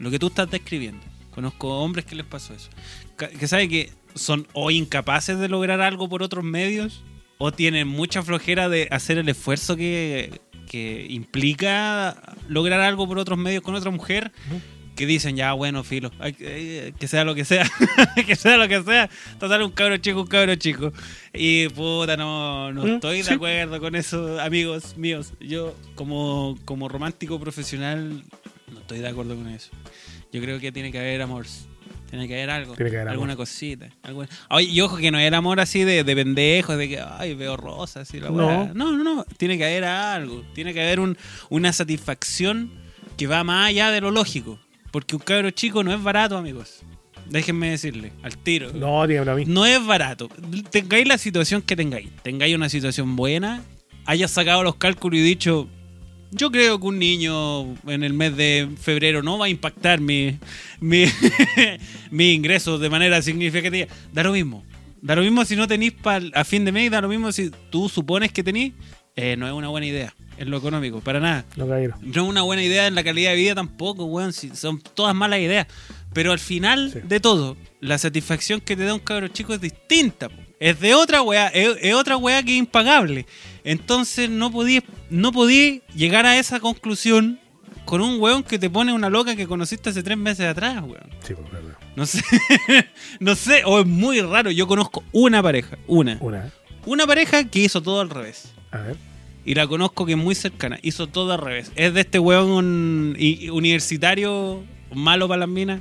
[SPEAKER 3] lo que tú estás describiendo. Conozco hombres que les pasó eso. Ca- Que sabe que son o incapaces de lograr algo por otros medios o tienen mucha flojera de hacer el esfuerzo que, que implica lograr algo por otros medios con otra mujer.
[SPEAKER 2] Ujú.
[SPEAKER 3] Que dicen, ya bueno, filo, ay, ay, que sea lo que sea, que sea lo que sea, total un cabro chico, un cabro chico. Y puta, no, no
[SPEAKER 2] Mm,
[SPEAKER 3] estoy
[SPEAKER 2] sí.
[SPEAKER 3] de acuerdo con eso, amigos míos. Yo, como, como romántico profesional, no estoy de acuerdo con eso. Yo creo que tiene que haber amor. Tiene que haber algo.
[SPEAKER 2] Tiene que haber
[SPEAKER 3] alguna cosita. alguna- Ay, y ojo que no era amor así de, de pendejos, de que ay veo rosas y la
[SPEAKER 2] No.
[SPEAKER 3] weá. No, no, no. Tiene que haber algo. Tiene que haber un- una satisfacción que va más allá de lo lógico. Porque un cabro chico no es barato, amigos. Déjenme decirle, al tiro.
[SPEAKER 2] No, dígamelo a mí.
[SPEAKER 3] No es barato. Tengáis la situación que tengáis. Tengáis una situación buena, hayas sacado los cálculos y dicho, yo creo que un niño en el mes de febrero no va a impactar mi, mi, mi ingreso de manera significativa. Da lo mismo. Da lo mismo si no tenéis pa- a fin de mes, da lo mismo si tú supones que tenéis. Eh, no es una buena idea, en lo económico, para nada.
[SPEAKER 2] No, caballero.
[SPEAKER 3] No es una buena idea en la calidad de vida tampoco, weón. si son todas malas ideas. Pero al final
[SPEAKER 2] Sí.
[SPEAKER 3] de todo, la satisfacción que te da un cabro chico es distinta. po. Es de otra weá, es, es otra weá que es impagable. Entonces no podí, no podí llegar a esa conclusión con un weón que te pone una loca que conociste hace tres meses atrás, weón.
[SPEAKER 2] Sí, por favor.
[SPEAKER 3] No sé, no sé, o es muy raro. Yo conozco una pareja, una.
[SPEAKER 2] Una.
[SPEAKER 3] Una pareja que hizo todo al revés
[SPEAKER 2] A ver.
[SPEAKER 3] y la conozco que es muy cercana. Hizo todo al revés. Es de este weón i- universitario malo para las minas.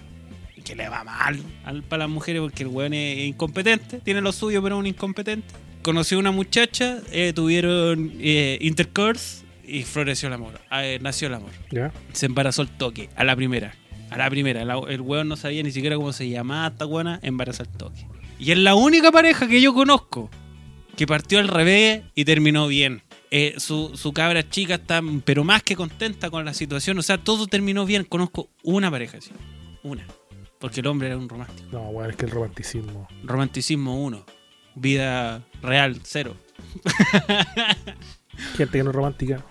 [SPEAKER 3] Que le va mal al- para las mujeres porque el weón es incompetente. Tiene lo suyo, pero es un incompetente. Conoció a una muchacha, eh, tuvieron eh, intercourse y floreció el amor. eh, nació el amor.
[SPEAKER 2] Ya.
[SPEAKER 3] Se embarazó el toque, a la primera. A la primera. La- el weón no sabía ni siquiera cómo se llamaba esta weona, embarazó el toque. Y es la única pareja que yo conozco que partió al revés y terminó bien. Eh, su, su cabra chica está, pero más que contenta con la situación. O sea, todo terminó bien. Conozco una pareja así. Una. Porque el hombre era un romántico.
[SPEAKER 2] No, weón, es que el romanticismo.
[SPEAKER 3] Romanticismo uno. Vida real cero.
[SPEAKER 2] Gente que no es romántica,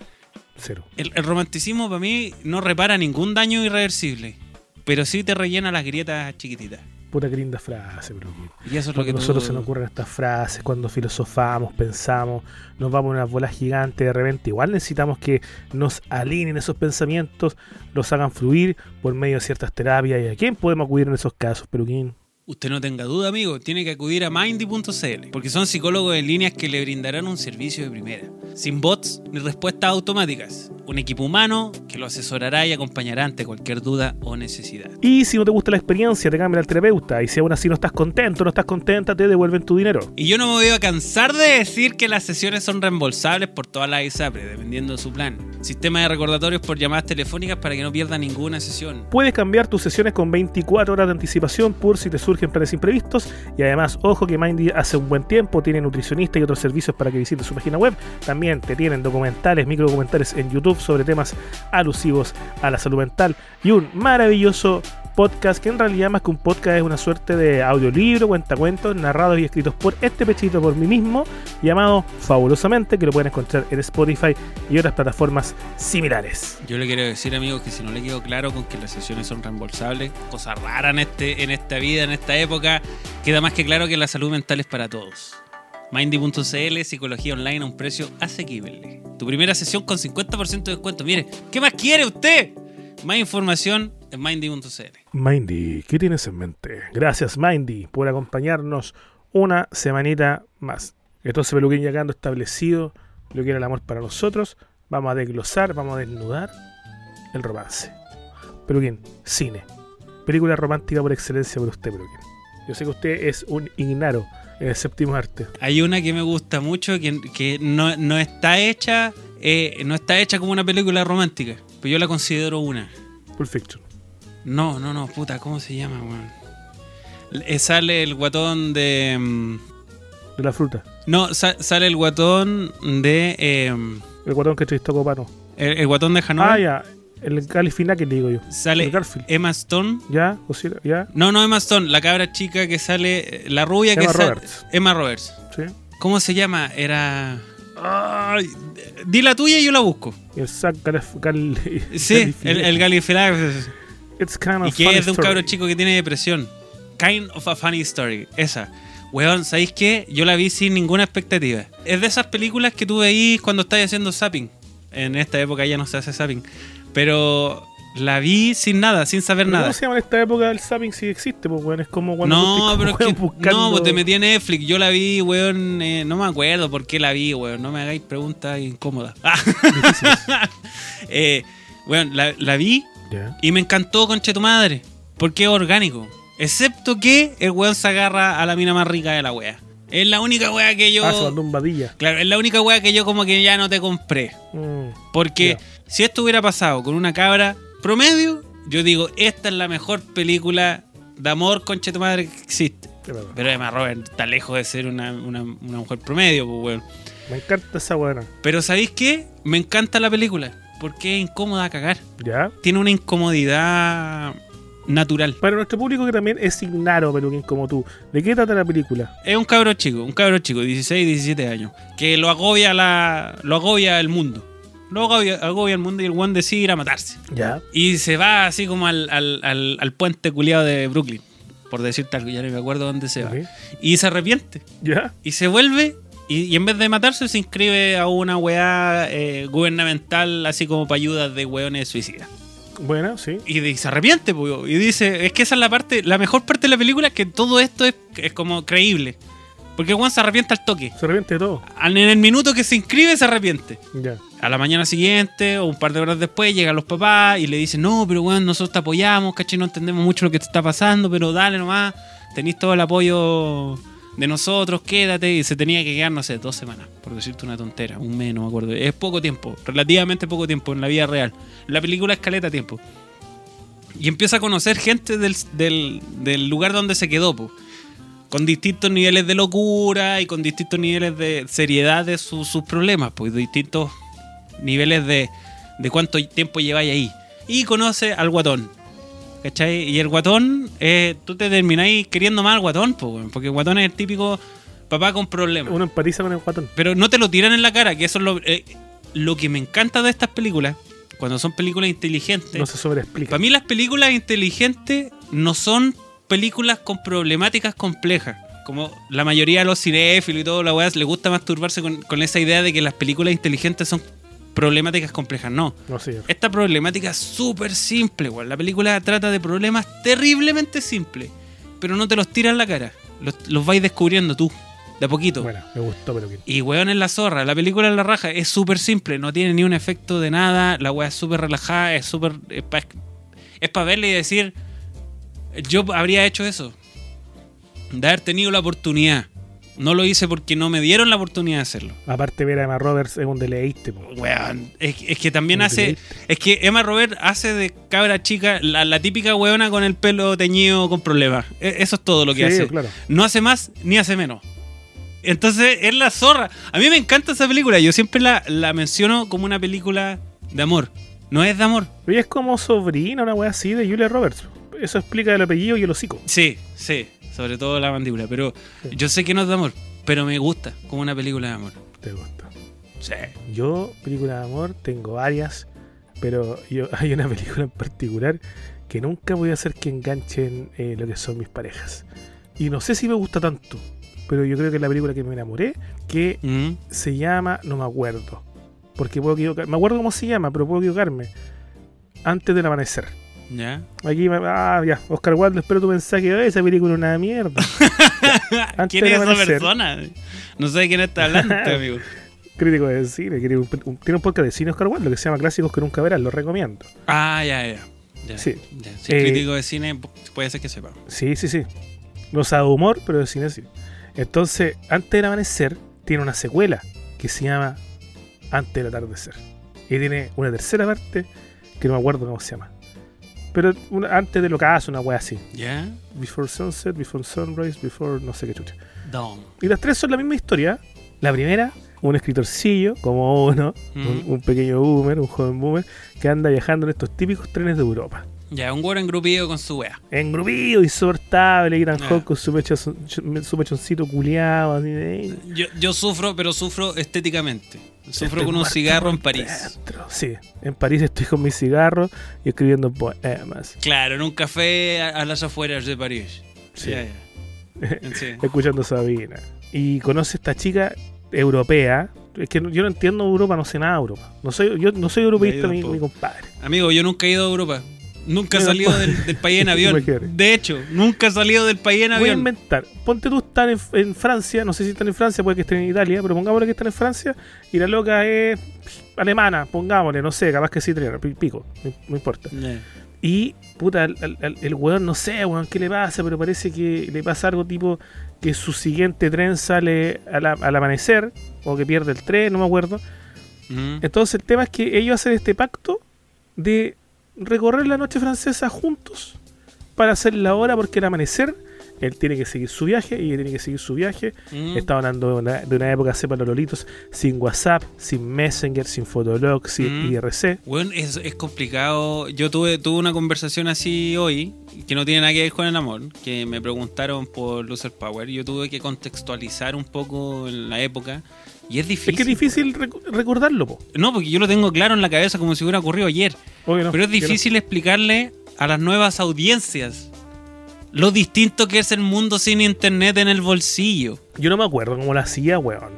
[SPEAKER 2] cero.
[SPEAKER 3] El, el romanticismo para mí no repara ningún daño irreversible. Pero sí te rellena las grietas chiquititas.
[SPEAKER 2] Puta que linda frase, bro.
[SPEAKER 3] Y eso es lo
[SPEAKER 2] Porque
[SPEAKER 3] que
[SPEAKER 2] a nosotros
[SPEAKER 3] tú-
[SPEAKER 2] se nos ocurren estas frases, cuando filosofamos, pensamos, nos vamos a unas bolas gigantes de repente. Igual necesitamos que nos alineen esos pensamientos, los hagan fluir por medio de ciertas terapias. ¿Y a quién podemos acudir en esos casos, Peluquín?
[SPEAKER 3] Usted no tenga duda, amigo, tiene que acudir a Mindy.cl, porque son psicólogos en líneas que le brindarán un servicio de primera, sin bots ni respuestas automáticas. Un equipo humano que lo asesorará y acompañará ante cualquier duda o necesidad.
[SPEAKER 2] Y si no te gusta la experiencia, te cambia al terapeuta. Y si aún así no estás contento, no estás contenta, te devuelven tu dinero.
[SPEAKER 3] Y yo no me voy a cansar de decir que las sesiones son reembolsables por todas las ISAPRE, E, dependiendo de su plan. Sistema de recordatorios por llamadas telefónicas para que no pierda ninguna sesión.
[SPEAKER 2] Puedes cambiar tus sesiones con 24 horas de anticipación por si te surgen planes imprevistos. Y además, ojo que Mindy hace un buen tiempo tiene nutricionista y otros servicios para que visites su página web. También te tienen documentales, microdocumentales en YouTube sobre temas alusivos a la salud mental y un maravilloso podcast que en realidad más que un podcast es una suerte de audiolibro, cuentacuentos narrados y escritos por este pechito por mí mismo llamado Fabulosamente que lo pueden encontrar en Spotify y otras plataformas similares.
[SPEAKER 3] Yo le quiero decir, amigos, que si no le quedó claro con que las sesiones son reembolsables, cosa rara en, este, en esta vida, en esta época, queda más que claro que la salud mental es para todos. Mindy.cl, psicología online a un precio asequible. Tu primera sesión con 50% de descuento. Mire, ¿qué más quiere usted? Más información en Mindy.cl.
[SPEAKER 2] Mindy, ¿qué tienes en mente? Gracias, Mindy, por acompañarnos una semanita más. Entonces, Peluquín, ya quedando establecido lo que era el amor para nosotros, vamos a desglosar, vamos a desnudar el romance. Peluquín, cine. Película romántica por excelencia por usted, Peluquín. Yo sé que usted es un ignaro en el séptimo arte.
[SPEAKER 3] Hay una que me gusta mucho que, que no, no está hecha eh, no está hecha como una película romántica, pero yo la considero una.
[SPEAKER 2] Pulp Fiction.
[SPEAKER 3] No, no, no, puta, ¿cómo se llama, weón? eh, sale el guatón de. mm,
[SPEAKER 2] de la fruta.
[SPEAKER 3] No, sa- sale el guatón de. eh,
[SPEAKER 2] El guatón que entrevistó Copano.
[SPEAKER 3] el, el guatón de
[SPEAKER 2] Ah,
[SPEAKER 3] Hanoi.
[SPEAKER 2] ya. El Califinaque le digo yo. El
[SPEAKER 3] sale
[SPEAKER 2] Garfield.
[SPEAKER 3] Emma Stone.
[SPEAKER 2] Ya, Godzilla, ya.
[SPEAKER 3] No, no Emma Stone, la cabra chica que sale. eh, La rubia
[SPEAKER 2] Emma
[SPEAKER 3] que sale.
[SPEAKER 2] Roberts.
[SPEAKER 3] Emma Roberts.
[SPEAKER 2] Sí.
[SPEAKER 3] ¿Cómo se llama? Era. Ay, d- di la tuya y yo la busco.
[SPEAKER 2] Y el Zack Calif Cal
[SPEAKER 3] Sí, el, el Galifianakis.
[SPEAKER 2] It's kind of
[SPEAKER 3] Y que es de un
[SPEAKER 2] story.
[SPEAKER 3] cabro chico que tiene depresión. Kind of a funny story. Esa. Weón, ¿sabéis qué? Yo la vi sin ninguna expectativa. Es de esas películas que tú veís cuando estás haciendo zapping. En esta época ya no se hace zapping. Pero la vi sin nada, sin saber
[SPEAKER 2] Pero
[SPEAKER 3] nada.
[SPEAKER 2] ¿Cómo se llama en esta época el zapping si existe? Pues, weón, es como cuando
[SPEAKER 3] No,
[SPEAKER 2] tú
[SPEAKER 3] pero
[SPEAKER 2] estás
[SPEAKER 3] es
[SPEAKER 2] como,
[SPEAKER 3] que.
[SPEAKER 2] weón, buscando-
[SPEAKER 3] No, pues te metí en Netflix. Yo la vi, weón. eh, no me acuerdo por qué la vi, weón. No me hagáis preguntas incómodas. eh, weón, la, la vi
[SPEAKER 2] Ya.
[SPEAKER 3] y me encantó, conche tu madre. Porque es orgánico. Excepto que el weón se agarra a la mina más rica de la wea. Es la única wea que yo.
[SPEAKER 2] Ah, se mandó un vadilla.
[SPEAKER 3] claro, es la única wea que yo como que ya no te compré.
[SPEAKER 2] Mm.
[SPEAKER 3] Porque
[SPEAKER 2] Ya.
[SPEAKER 3] si esto hubiera pasado con una cabra promedio, yo digo, esta es la mejor película de amor, conche tu madre, que existe.
[SPEAKER 2] Qué raro.
[SPEAKER 3] Pero además Robert está lejos de ser una, una- una mujer promedio, pues weón.
[SPEAKER 2] Me encanta esa buena.
[SPEAKER 3] Pero ¿sabéis qué? Me encanta la película. Porque es incómoda a cagar.
[SPEAKER 2] Ya.
[SPEAKER 3] Tiene una incomodidad natural.
[SPEAKER 2] Para nuestro público que también es ignaro, peluquín como tú. ¿De qué trata la película?
[SPEAKER 3] Es un cabro chico, un cabro chico, 16, 17 años, que lo agobia la, lo agobia el mundo. Lo agobia, agobia el mundo y el one decide ir a matarse.
[SPEAKER 2] Ya.
[SPEAKER 3] Y se va así como al, al- al- al puente culiado de Brooklyn, por decirte algo, ya no me acuerdo dónde se va.
[SPEAKER 2] Ok.
[SPEAKER 3] Y se arrepiente.
[SPEAKER 2] Ya.
[SPEAKER 3] Y se vuelve y, y en vez de matarse se inscribe a una weá eh, gubernamental así como para ayudas de weones suicidas.
[SPEAKER 2] Buena, sí.
[SPEAKER 3] Y, de- se arrepiente, pues, y dice, es que esa es la parte, la mejor parte de la película es que todo esto es, es como creíble. Porque Juan se arrepiente al toque.
[SPEAKER 2] Se arrepiente de todo.
[SPEAKER 3] Al- En el minuto que se inscribe se arrepiente.
[SPEAKER 2] Ya.
[SPEAKER 3] A la mañana siguiente o un par de horas después llegan los papás y le dicen, no, pero weón, nosotros te apoyamos, caché, no entendemos mucho lo que te está pasando, pero dale nomás, tenéis todo el apoyo de nosotros, quédate. Y se tenía que quedar, no sé, dos semanas, por decirte una tontera, un mes, no me acuerdo. Es poco tiempo, relativamente poco tiempo en la vida real. La película es caleta tiempo. Y empieza a conocer gente del, del- del lugar donde se quedó, po. Con distintos niveles de locura y con distintos niveles de seriedad de su- sus problemas, pues distintos niveles de, de cuánto tiempo lleváis ahí. Y conoce al guatón. ¿Cachai? Y el guatón, eh, tú te termináis queriendo más al guatón, po, weón, porque el guatón es el típico papá con problemas.
[SPEAKER 2] Uno empatiza con el guatón.
[SPEAKER 3] Pero no te lo tiran en la cara, que eso es lo, eh, lo que me encanta de estas películas, cuando son películas inteligentes.
[SPEAKER 2] No se sobreexplica.
[SPEAKER 3] Para mí las películas inteligentes no son películas con problemáticas complejas. Como la mayoría de los cinéfilos y todo la weá les gusta masturbarse con, con esa idea de que las películas inteligentes son problemáticas complejas. No.
[SPEAKER 2] No, señor.
[SPEAKER 3] Esta problemática es súper simple, weón. La película trata de problemas terriblemente simples. Pero no te los tiras en la cara. Los, los vais descubriendo tú. De a poquito.
[SPEAKER 2] Bueno, me gustó, peluquín.
[SPEAKER 3] Y weón en la zorra, la película en la raja es súper simple, no tiene ni un efecto de nada, la weá es súper relajada, es súper... Es para verle y decir, yo habría hecho eso, de haber tenido la oportunidad. No lo hice porque no me dieron la oportunidad de hacerlo.
[SPEAKER 2] Aparte, ver a Emma Roberts es un deleite. po.
[SPEAKER 3] Weón, es, es que también
[SPEAKER 2] Un
[SPEAKER 3] hace...
[SPEAKER 2] deleite.
[SPEAKER 3] Es que Emma Robert hace de cabra chica la, la típica weona con el pelo teñido con problemas. E- Eso es todo lo que
[SPEAKER 2] sí,
[SPEAKER 3] hace
[SPEAKER 2] claro.
[SPEAKER 3] no hace más ni hace menos. Entonces es la zorra. A mí me encanta esa película. Yo siempre la, la menciono como una película de amor. No es de amor.
[SPEAKER 2] Ella es como sobrina, una wea así de Julia Roberts. Eso explica el apellido y el hocico.
[SPEAKER 3] Sí, sí. Sobre todo la mandíbula. Pero yo sé que no es de amor. Pero me gusta como una película de amor.
[SPEAKER 2] Te gusta.
[SPEAKER 3] Sí.
[SPEAKER 2] Yo, películas de amor, tengo varias, pero yo hay una película en particular que nunca voy a hacer que enganchen eh, lo que son mis parejas. Y no sé si me gusta tanto, pero yo creo que es la película que me enamoré, que
[SPEAKER 3] Mm.
[SPEAKER 2] se llama, no me acuerdo, porque puedo equivocarme, me acuerdo cómo se llama, pero puedo equivocarme, Antes del Amanecer.
[SPEAKER 3] Ya.
[SPEAKER 2] Aquí, me- ah, ya, Oscar Wilde, espero tu mensaje, "Oh, esa película es una mierda. Ah, Antes
[SPEAKER 3] ¿Quién
[SPEAKER 2] del
[SPEAKER 3] es esa
[SPEAKER 2] amanecer.
[SPEAKER 3] persona? No sé de quién está hablando, este amigo.
[SPEAKER 2] Crítico de cine, tiene un, un- tiene un podcast de cine Oscar Wilde que se llama Clásicos que nunca verás, lo recomiendo.
[SPEAKER 3] Ah, ya, ya. ya,
[SPEAKER 2] Sí.
[SPEAKER 3] ya. Si es
[SPEAKER 2] Eh,
[SPEAKER 3] crítico de cine, puede ser que sepa.
[SPEAKER 2] Sí, sí, sí. No sabe humor, pero de cine sí. Entonces, antes del amanecer, tiene una secuela que se llama Antes del atardecer. Y tiene una tercera parte que no me acuerdo cómo se llama. Pero una- antes del ocaso, una wea así.
[SPEAKER 3] ¿Ya?
[SPEAKER 2] Before Sunset, Before Sunrise, Before no sé qué chucha.
[SPEAKER 3] Dawn.
[SPEAKER 2] Y las tres son la misma historia. La primera, un escritorcillo, como uno, un,
[SPEAKER 3] Mm.
[SPEAKER 2] un pequeño boomer, un joven boomer, que anda viajando en estos típicos trenes de Europa.
[SPEAKER 3] Ya, un güero engrupido con su wea.
[SPEAKER 2] Engrupido, insoportable, Ethan
[SPEAKER 3] Ah.
[SPEAKER 2] Hawke con su, pecho, su pechoncito culiado, así de...
[SPEAKER 3] Yo, yo sufro, pero sufro estéticamente. Sufro
[SPEAKER 2] Estoy
[SPEAKER 3] con un
[SPEAKER 2] muerto
[SPEAKER 3] cigarro en
[SPEAKER 2] este por
[SPEAKER 3] París.
[SPEAKER 2] dentro. Sí, en París estoy con mi cigarro y escribiendo poemas,
[SPEAKER 3] Claro, en un café a, a las afueras de París.
[SPEAKER 2] Sí.
[SPEAKER 3] Ya, ya. Sí.
[SPEAKER 2] escuchando Sabina. Y conoce esta chica europea. Es que no- yo no entiendo Europa, no sé nada de Europa. No soy, yo no soy europeísta,
[SPEAKER 3] yo
[SPEAKER 2] mi,
[SPEAKER 3] tampoco.
[SPEAKER 2] mi compadre.
[SPEAKER 3] Amigo, yo nunca he ido a Europa. Nunca he
[SPEAKER 2] Mira,
[SPEAKER 3] salido
[SPEAKER 2] po-
[SPEAKER 3] del, del país en
[SPEAKER 2] Me
[SPEAKER 3] avión.
[SPEAKER 2] quiere.
[SPEAKER 3] De hecho, nunca he salido del país en
[SPEAKER 2] Voy a
[SPEAKER 3] avión.
[SPEAKER 2] inventar. Ponte tú, están en, en Francia. No sé si están en Francia, puede que estén en Italia, pero pongámosle que están en Francia. Y la loca es alemana, pongámosle, no sé, capaz que sí, italiana, pi- pico, no, no importa.
[SPEAKER 3] Ya.
[SPEAKER 2] Y, puta, al- al- al- el weón, no sé, weón, qué le pasa, pero parece que le pasa algo tipo que su siguiente tren sale al, a- al amanecer, o que pierde el tren, no me acuerdo.
[SPEAKER 3] Mm.
[SPEAKER 2] Entonces el tema es que ellos hacen este pacto de recorrer la noche francesa juntos para hacer la hora, porque al amanecer él tiene que seguir su viaje y ella tiene que seguir su viaje.
[SPEAKER 3] Mm.
[SPEAKER 2] Estaba hablando de una, de una época, sepan los lolitos, sin WhatsApp, sin Messenger, sin Fotolog, sin
[SPEAKER 3] Mm.
[SPEAKER 2] IRC.
[SPEAKER 3] Bueno, es, es complicado. Yo tuve, tuve una conversación así hoy, que no tiene nada que ver con el amor, que me preguntaron por Loser Power. Yo tuve que contextualizar un poco en la época. Y es difícil.
[SPEAKER 2] Es que es difícil recu- recordarlo, po.
[SPEAKER 3] No, porque yo lo tengo claro en la cabeza como si hubiera ocurrido ayer.
[SPEAKER 2] Obvio no,
[SPEAKER 3] Pero es
[SPEAKER 2] que no.
[SPEAKER 3] difícil explicarle a las nuevas audiencias lo distinto que es el mundo sin internet en el bolsillo.
[SPEAKER 2] Yo no me acuerdo cómo la hacía, weón.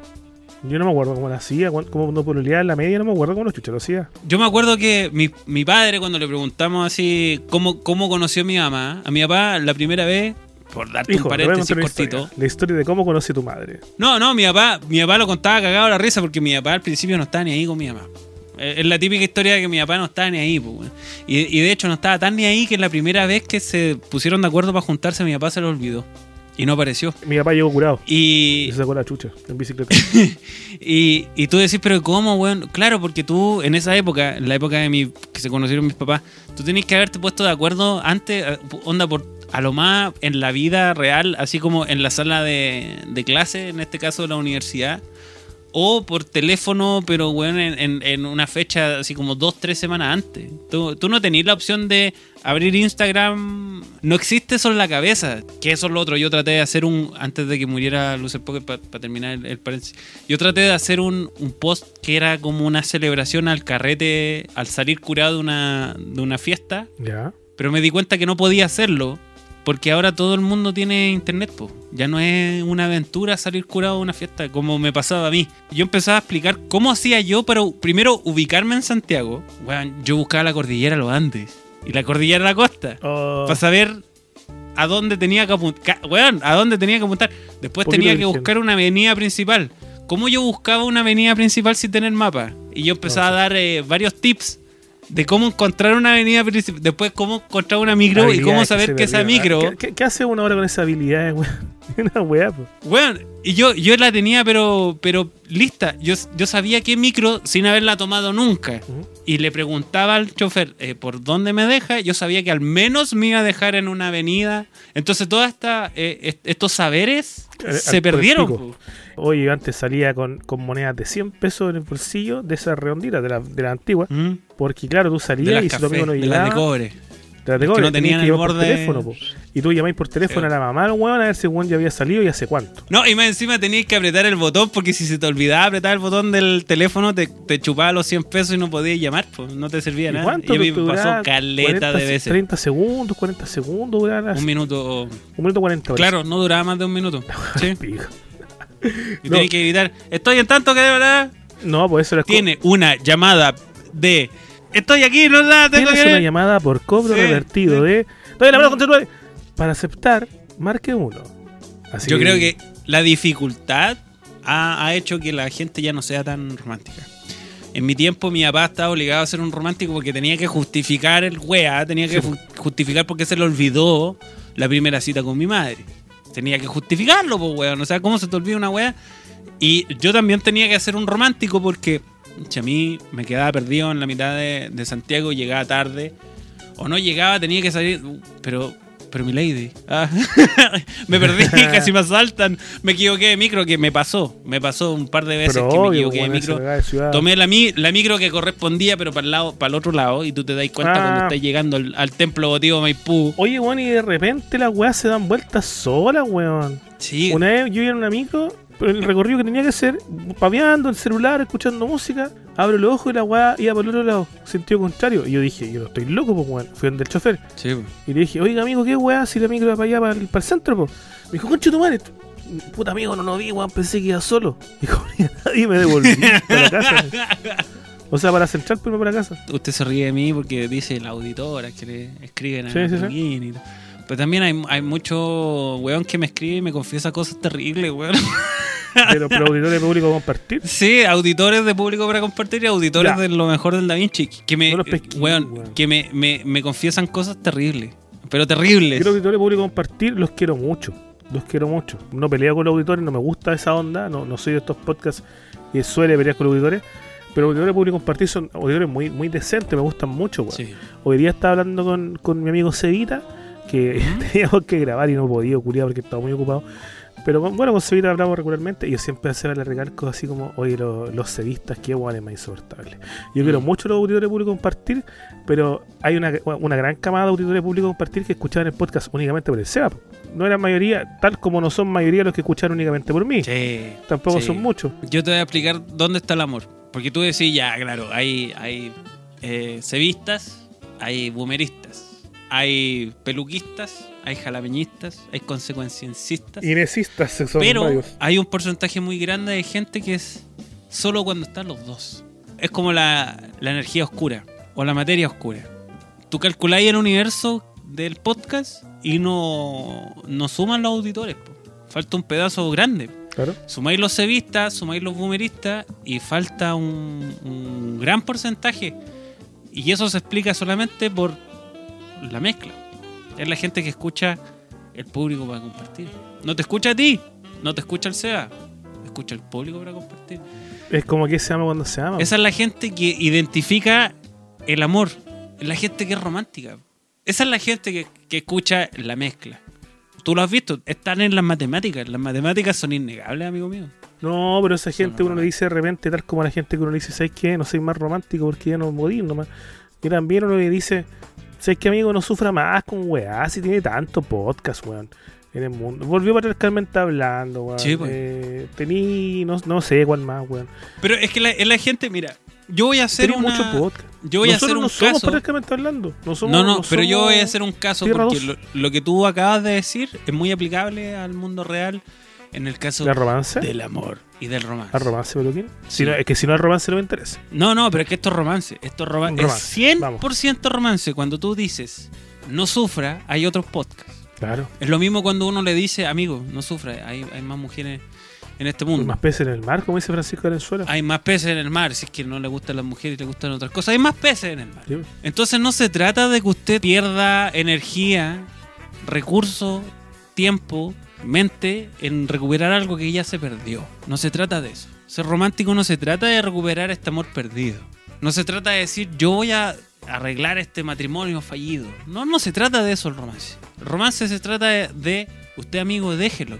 [SPEAKER 2] Yo no me acuerdo cómo la hacía, cuán- cómo no pololeaba en la media, no me acuerdo cómo los chuchas lo hacía.
[SPEAKER 3] Yo me acuerdo que mi, mi padre, cuando le preguntamos así cómo, cómo conoció a mi mamá, a mi papá la primera vez, por darte
[SPEAKER 2] Hijo,
[SPEAKER 3] un
[SPEAKER 2] te voy a
[SPEAKER 3] paréntesis
[SPEAKER 2] contar una
[SPEAKER 3] cortito.
[SPEAKER 2] historia. La historia de cómo conocí a tu madre.
[SPEAKER 3] No, no, mi papá, mi papá lo contaba cagado a la risa porque mi papá al principio no estaba ni ahí con mi mamá. Eh, Es la típica historia de que mi papá no estaba ni ahí. po, weón. y, y de hecho no estaba tan ni ahí que la primera vez que se pusieron de acuerdo para juntarse mi papá se lo olvidó. Y no apareció.
[SPEAKER 2] Mi papá llegó curado. Y
[SPEAKER 3] Y,
[SPEAKER 2] se sacó la chucha en bicicleta.
[SPEAKER 3] y, y tú decís, pero ¿cómo, weón? Claro, porque tú en esa época, en la época de mi, que se conocieron mis papás, tú tenés que haberte puesto de acuerdo antes, eh, onda, por, a lo más en la vida real, así como en la sala de, de clase, en este caso de la universidad, o por teléfono, pero weón, en, en- en una fecha así como dos, tres semanas antes. Tú, tú no tenías la opción de abrir Instagram. No existe eso en la cabeza. Que eso es lo otro. Yo traté de hacer un. Antes de que muriera Lucer Poker, para terminar el, el paréntesis. Yo traté de hacer un, un post que era como una celebración al carrete, al salir curado de una, de una fiesta.
[SPEAKER 2] ya.
[SPEAKER 3] Pero me di cuenta que no podía hacerlo. Porque ahora todo el mundo tiene internet, po. Ya no es una aventura salir curado de una fiesta, como me pasaba a mí. Yo empezaba a explicar cómo hacía yo para u- primero ubicarme en Santiago. Weón, yo buscaba la cordillera los Andes. Y la cordillera la costa.
[SPEAKER 2] Oh,
[SPEAKER 3] Para saber a dónde tenía que apuntar. Weón, a dónde tenía que apuntar. Después
[SPEAKER 2] Poquito
[SPEAKER 3] tenía que
[SPEAKER 2] virgen.
[SPEAKER 3] buscar una avenida principal. ¿Cómo yo buscaba una avenida principal sin tener mapa? Y yo empezaba
[SPEAKER 2] No,
[SPEAKER 3] a dar eh, varios tips de cómo encontrar una avenida principal. Después, cómo encontrar una micro y
[SPEAKER 2] habilidades
[SPEAKER 3] cómo
[SPEAKER 2] se
[SPEAKER 3] saber que, esa
[SPEAKER 2] perdieron.
[SPEAKER 3] micro.
[SPEAKER 2] ¿Qué, qué- qué hace uno ahora con esa habilidad, weón? Una weá, po.
[SPEAKER 3] Weón, y yo, yo la tenía, pero, pero lista. Yo, yo sabía qué micro sin haberla tomado nunca.
[SPEAKER 2] Ujú.
[SPEAKER 3] Y le preguntaba al chofer eh, por dónde me deja. Yo sabía que al menos me iba a dejar en una avenida. Entonces, todos estos saberes
[SPEAKER 2] Eh,
[SPEAKER 3] se
[SPEAKER 2] al- por el
[SPEAKER 3] perdieron.
[SPEAKER 2] pico.
[SPEAKER 3] po.
[SPEAKER 2] Oye, yo antes salía con, con monedas de 100 pesos en el bolsillo de esas redonditas, de la, de la antigua.
[SPEAKER 3] Mm.
[SPEAKER 2] Porque claro, tú
[SPEAKER 3] De
[SPEAKER 2] salías
[SPEAKER 3] las
[SPEAKER 2] y si tu
[SPEAKER 3] café,
[SPEAKER 2] amigo no
[SPEAKER 3] de las de
[SPEAKER 2] llegaba,
[SPEAKER 3] cobre.
[SPEAKER 2] te la
[SPEAKER 3] que
[SPEAKER 2] cobre,
[SPEAKER 3] no
[SPEAKER 2] tenías
[SPEAKER 3] tenían
[SPEAKER 2] que
[SPEAKER 3] el
[SPEAKER 2] llamar por
[SPEAKER 3] borde-
[SPEAKER 2] teléfono, po. Y tú llamáis por teléfono a la mamá del weón a ver si el weón ya había salido y hace cuánto.
[SPEAKER 3] No, y más encima tenías que apretar el botón porque si se te olvidaba apretar el botón del teléfono te, te chupaba los 100 pesos y no podías llamar, po. no te servía
[SPEAKER 2] ¿Y
[SPEAKER 3] nada.
[SPEAKER 2] cuánto
[SPEAKER 3] y a mí me
[SPEAKER 2] duraba?
[SPEAKER 3] ¿eh? pasó caleta
[SPEAKER 2] 40,
[SPEAKER 3] de veces.
[SPEAKER 2] 30 segundos, 40 segundos, duraba
[SPEAKER 3] Un
[SPEAKER 2] un,
[SPEAKER 3] minuto.
[SPEAKER 2] minuto 40 horas.
[SPEAKER 3] Claro, no duraba más de un minuto. Sí.
[SPEAKER 2] Pico.
[SPEAKER 3] Y
[SPEAKER 2] No.
[SPEAKER 3] tiene que gritar, estoy en tanto que de verdad
[SPEAKER 2] No, pues eso era
[SPEAKER 3] tiene una llamada de estoy aquí, no nada, tengo
[SPEAKER 2] Tienes
[SPEAKER 3] que
[SPEAKER 2] una
[SPEAKER 3] ver".
[SPEAKER 2] llamada por cobro
[SPEAKER 3] Sí,
[SPEAKER 2] revertido
[SPEAKER 3] sí.
[SPEAKER 2] de. Doy la mano con tu madre. Para aceptar, marque uno. Así
[SPEAKER 3] Yo creo que la dificultad ha, ha hecho que la gente ya no sea tan romántica. En mi tiempo mi papá estaba obligado a ser un romántico porque tenía que justificar el wea, tenía que ju- justificar porque se le olvidó la primera cita con mi madre. Tenía que justificarlo, pues weón. O sea, ¿cómo se te olvida una wea? Y yo también tenía que hacer un romántico porque pucha, a mí me quedaba perdido en la mitad de, de Santiago, llegaba tarde. o no llegaba, tenía que salir. Pero, pero mi lady. ah, me perdí, casi me asaltan. Me equivoqué de micro, que me pasó. Me pasó un par de veces
[SPEAKER 2] Pero
[SPEAKER 3] que me
[SPEAKER 2] obvio, pues,
[SPEAKER 3] equivoqué de
[SPEAKER 2] bueno, esa
[SPEAKER 3] micro.
[SPEAKER 2] cagada de ciudad.
[SPEAKER 3] Tomé la, mi- la micro que correspondía, pero para el, lado, para el otro lado. Y tú te das cuenta
[SPEAKER 2] Ah.
[SPEAKER 3] cuando estás llegando al, al templo votivo Maipú.
[SPEAKER 2] Oye, weón, y de repente las weas se dan vueltas solas, weón.
[SPEAKER 3] Sí.
[SPEAKER 2] Una vez yo iba en una micro, pero el recorrido que tenía que hacer, paveando el celular, escuchando música, abro los ojos y la weá iba por el otro lado, sentido contrario. Y yo dije, yo no estoy loco, pues weón. Fui donde el chofer.
[SPEAKER 3] sí.
[SPEAKER 2] Y le dije, oiga amigo, ¿qué weá si la micro va para allá, para el, para el centro, po? Me dijo, concha tu madre. Puta amigo, no lo vi, weón, pensé que iba solo. Dijo, nadie me devolví para la casa. O sea, para la central, primero para la casa.
[SPEAKER 3] usted se ríe de mí porque dice la auditora que le escriben a
[SPEAKER 2] Sí, sí, sí.
[SPEAKER 3] Joaquín y todo. Pero también hay, hay mucho weón que me escribe y me confiesa cosas terribles, weón.
[SPEAKER 2] Pero para auditores públicos compartir.
[SPEAKER 3] Sí, auditores de público para compartir y auditores
[SPEAKER 2] Ya.
[SPEAKER 3] de lo mejor del Da Vinci. Que me,
[SPEAKER 2] No los pesquis,
[SPEAKER 3] weón,
[SPEAKER 2] weón.
[SPEAKER 3] que me, me- me confiesan cosas terribles. Pero terribles.
[SPEAKER 2] Quiero auditores públicos compartir, los quiero mucho. Los quiero mucho. No peleo con los auditores, no me gusta esa onda. No, no soy de estos podcasts que suele pelear con los auditores. Pero los auditores públicos compartir son auditores muy, muy decentes, me gustan mucho, weón.
[SPEAKER 3] Sí.
[SPEAKER 2] Hoy día estaba hablando con, con mi amigo Cevita, que
[SPEAKER 3] ¿Mm?
[SPEAKER 2] teníamos que grabar y no podía, culiado, porque estaba muy ocupado. Pero con- bueno, con Cevita hablamos regularmente y yo siempre hacía el recalco así como, oye, lo- los cevistas, qué guanes más insoportables. Yo
[SPEAKER 3] Mm.
[SPEAKER 2] quiero mucho los auditores públicos compartir, pero hay una, una gran camada de auditores públicos compartir que escuchaban el podcast únicamente por el SEAP. No eran mayoría, tal como no son mayoría los que escucharon únicamente por mí.
[SPEAKER 3] Sí.
[SPEAKER 2] Tampoco
[SPEAKER 3] sí.
[SPEAKER 2] son muchos.
[SPEAKER 3] Yo te voy a explicar dónde está el amor. Porque tú decís, ya, claro, hay, hay eh, cevistas, hay boomeristas, hay peluquistas, hay jalapeñistas, hay consecuenciencistas.
[SPEAKER 2] Inesistas son
[SPEAKER 3] Pero
[SPEAKER 2] varios.
[SPEAKER 3] hay un porcentaje muy grande de gente que es solo cuando están los dos. Es como la, la energía oscura o la materia oscura. Tú calculáis el universo del podcast y no, no suman los auditores. po. Falta un pedazo grande.
[SPEAKER 2] Claro.
[SPEAKER 3] Sumáis los cevistas, sumáis los boomeristas y falta un, un gran porcentaje. Y eso se explica solamente por la mezcla. Es la gente que escucha el público para compartir. No te escucha a ti, no te escucha el SEA, escucha el público para compartir.
[SPEAKER 2] Es como que se ama cuando se ama.
[SPEAKER 3] Esa es la gente que identifica el amor, es la gente que es romántica. Esa es la gente que, que escucha la mezcla. Tú lo has visto, están en las matemáticas. Las matemáticas son innegables, amigo mío.
[SPEAKER 2] No, pero esa gente
[SPEAKER 3] no,
[SPEAKER 2] uno le dice de repente, tal como a la gente que uno le dice, ¿sabes qué? No soy más romántico porque ya no morí nomás. Y también uno le dice, ¿sabes qué, amigo? No sufra más con weá, si tiene tanto podcast, weón. En el mundo. Volvió para el Carmen está hablando, weón.
[SPEAKER 3] Sí, pues.
[SPEAKER 2] Eh, tení, no, no sé cuál más, weón.
[SPEAKER 3] Pero es que la, es la gente, mira, yo voy a hacer
[SPEAKER 2] Tení
[SPEAKER 3] una,
[SPEAKER 2] mucho podcast.
[SPEAKER 3] yo voy a
[SPEAKER 2] Nosotros
[SPEAKER 3] hacer un
[SPEAKER 2] no somos
[SPEAKER 3] caso.
[SPEAKER 2] para el Carmen está hablando. No, somos,
[SPEAKER 3] no, no, pero yo voy a hacer un caso
[SPEAKER 2] tierra
[SPEAKER 3] porque lo,
[SPEAKER 2] dos.
[SPEAKER 3] lo que tú acabas de decir es muy aplicable al mundo real en el caso
[SPEAKER 2] ¿La romance?
[SPEAKER 3] del amor y del romance.
[SPEAKER 2] ¿La romance, Peluquín?
[SPEAKER 3] Sí.
[SPEAKER 2] Si no, es que si no es romance no me interesa.
[SPEAKER 3] No, no, pero es que esto es romance. Esto es, roman-
[SPEAKER 2] Romance,
[SPEAKER 3] es 100%
[SPEAKER 2] vamos.
[SPEAKER 3] romance. Cuando tú dices no sufra, hay otros podcasts.
[SPEAKER 2] Claro.
[SPEAKER 3] Es lo mismo cuando uno le dice, amigo, no sufra, hay, hay más mujeres en este mundo.
[SPEAKER 2] Más peces en el mar, como dice Francisco Valenzuela.
[SPEAKER 3] Hay más peces en el mar, si es que no le gustan las mujeres y le gustan otras cosas. Hay más peces en el mar.
[SPEAKER 2] Sí.
[SPEAKER 3] Entonces no se trata de que usted pierda energía, recursos, tiempo, mente en recuperar algo que ya se perdió. No se trata de eso. Ser romántico no se trata de recuperar este amor perdido. No se trata de decir yo voy a arreglar este matrimonio fallido. No, no se trata de eso el romance. El romance se trata de, de, usted amigo, déjelo.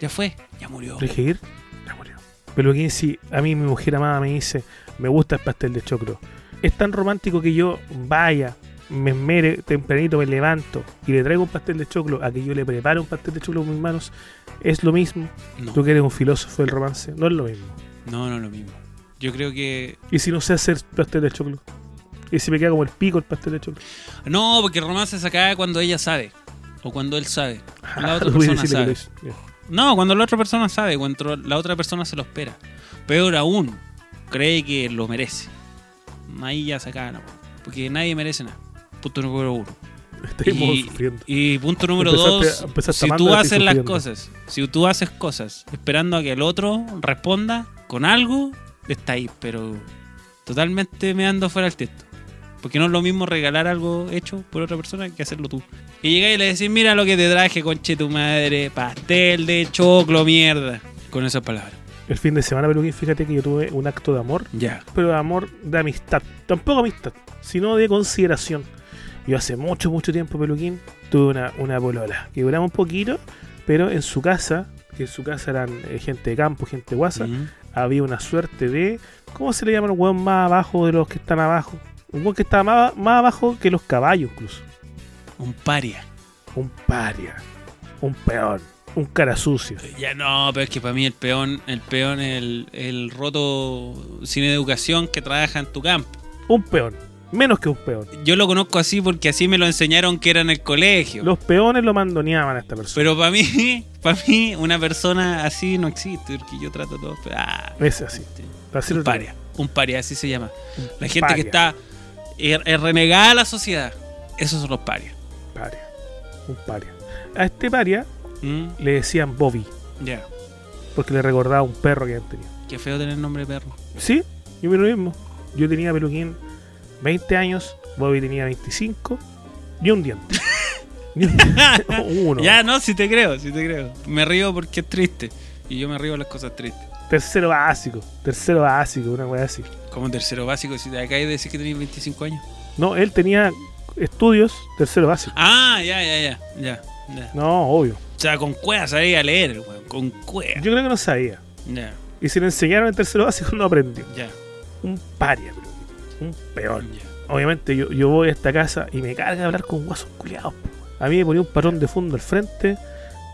[SPEAKER 3] Ya fue, ya murió.
[SPEAKER 2] Dejé ir, la murió. Pero que si a mí mi mujer amada me dice, me gusta el pastel de choclo. Es tan romántico que yo vaya, me esmere tempranito, me levanto y le traigo un pastel de choclo a que yo le prepare un pastel de choclo con mis manos. Es lo mismo.
[SPEAKER 3] No,
[SPEAKER 2] Tú que eres un filósofo del romance, no es lo mismo.
[SPEAKER 3] no, no es lo mismo. Yo creo que
[SPEAKER 2] ¿Y si no sé hacer pastel de choclo? ¿Y si me queda como el pico el pastel de choclo?
[SPEAKER 3] No, porque el romance se acaba cuando ella sabe. O cuando él sabe. La otra
[SPEAKER 2] Ah, Voy a
[SPEAKER 3] persona
[SPEAKER 2] decirle que lo
[SPEAKER 3] sabe.
[SPEAKER 2] hice. Ya.
[SPEAKER 3] No, cuando la otra persona sabe, cuando la otra persona se lo espera. Peor aún, cree que lo merece. Ahí ya se acaba la hueá, Porque nadie merece nada. Punto número uno.
[SPEAKER 2] Estamos
[SPEAKER 3] Y,
[SPEAKER 2] sufriendo.
[SPEAKER 3] y punto número
[SPEAKER 2] Empezaste-
[SPEAKER 3] dos,
[SPEAKER 2] empezaste
[SPEAKER 3] si
[SPEAKER 2] amando,
[SPEAKER 3] tú
[SPEAKER 2] ahora
[SPEAKER 3] haces
[SPEAKER 2] estoy
[SPEAKER 3] las
[SPEAKER 2] sufriendo.
[SPEAKER 3] cosas, si tú haces cosas esperando a que el otro responda con algo, está ahí, pero totalmente me ando fuera del texto. Porque no es lo mismo regalar algo hecho por otra persona que hacerlo tú. Y llegáis y le decís, mira lo que te traje, conche tu madre, pastel de choclo, mierda. Con esas palabras.
[SPEAKER 2] El fin de semana, Peluquín, fíjate que yo tuve un acto de amor
[SPEAKER 3] Ya.
[SPEAKER 2] pero de amor de amistad. Tampoco amistad, sino de consideración. Yo hace mucho, mucho tiempo, Peluquín, tuve una, una polola que duraba un poquito, pero en su casa, que en su casa eran eh, gente de campo, gente guasa,
[SPEAKER 3] Mm.
[SPEAKER 2] había una suerte de. ¿Cómo se le llama el weón más abajo de los que están abajo? Un weón que estaba más, más abajo que los caballos, incluso.
[SPEAKER 3] Un paria.
[SPEAKER 2] Un paria, un peón, un cara sucio.
[SPEAKER 3] Ya no, pero es que para mí el peón, el peón es el, el roto sin educación que trabaja en tu campo.
[SPEAKER 2] Un peón, menos que un peón.
[SPEAKER 3] Yo lo conozco así porque así me lo enseñaron que era en el colegio.
[SPEAKER 2] Los peones lo mandoneaban a esta persona.
[SPEAKER 3] Pero para mí, para mí, una persona así no existe, porque yo trato a todos. Ah,
[SPEAKER 2] es así.
[SPEAKER 3] este,
[SPEAKER 2] Así lo
[SPEAKER 3] un paria, un paria, así se llama.
[SPEAKER 2] Un
[SPEAKER 3] La gente
[SPEAKER 2] paria,
[SPEAKER 3] que está eh, eh, renegada a la sociedad, esos son los parias.
[SPEAKER 2] paria, un paria. A este paria
[SPEAKER 3] Mm,
[SPEAKER 2] le decían Bobby,
[SPEAKER 3] Ya,
[SPEAKER 2] porque le recordaba a un perro que él tenía.
[SPEAKER 3] qué feo tener nombre de perro.
[SPEAKER 2] Sí, yo vi lo mismo. Yo tenía peluquín 20 años, Bobby tenía 25 y un diente. Ni un- Uno.
[SPEAKER 3] Ya, no, si te creo, si te creo. Me río porque es triste. Y yo me río de las cosas tristes.
[SPEAKER 2] Tercero básico, tercero básico, una weá así.
[SPEAKER 3] Como tercero básico, si te acá y decís que tenés 25 años.
[SPEAKER 2] No, él tenía estudios, tercero básico.
[SPEAKER 3] Ah, ya, ya, ya, ya. ya.
[SPEAKER 2] No, obvio.
[SPEAKER 3] O sea, con cuea sabía leer, weón, con cuea.
[SPEAKER 2] Yo creo que no sabía.
[SPEAKER 3] Ya,
[SPEAKER 2] Y si le enseñaron en tercero básico, no aprendió.
[SPEAKER 3] ya,
[SPEAKER 2] Un paria, peluquín. Un peón.
[SPEAKER 3] ya.
[SPEAKER 2] Obviamente, yo, yo voy a esta casa y me carga hablar con guasos culiados. po. A mí me ponía un patrón de fondo al frente.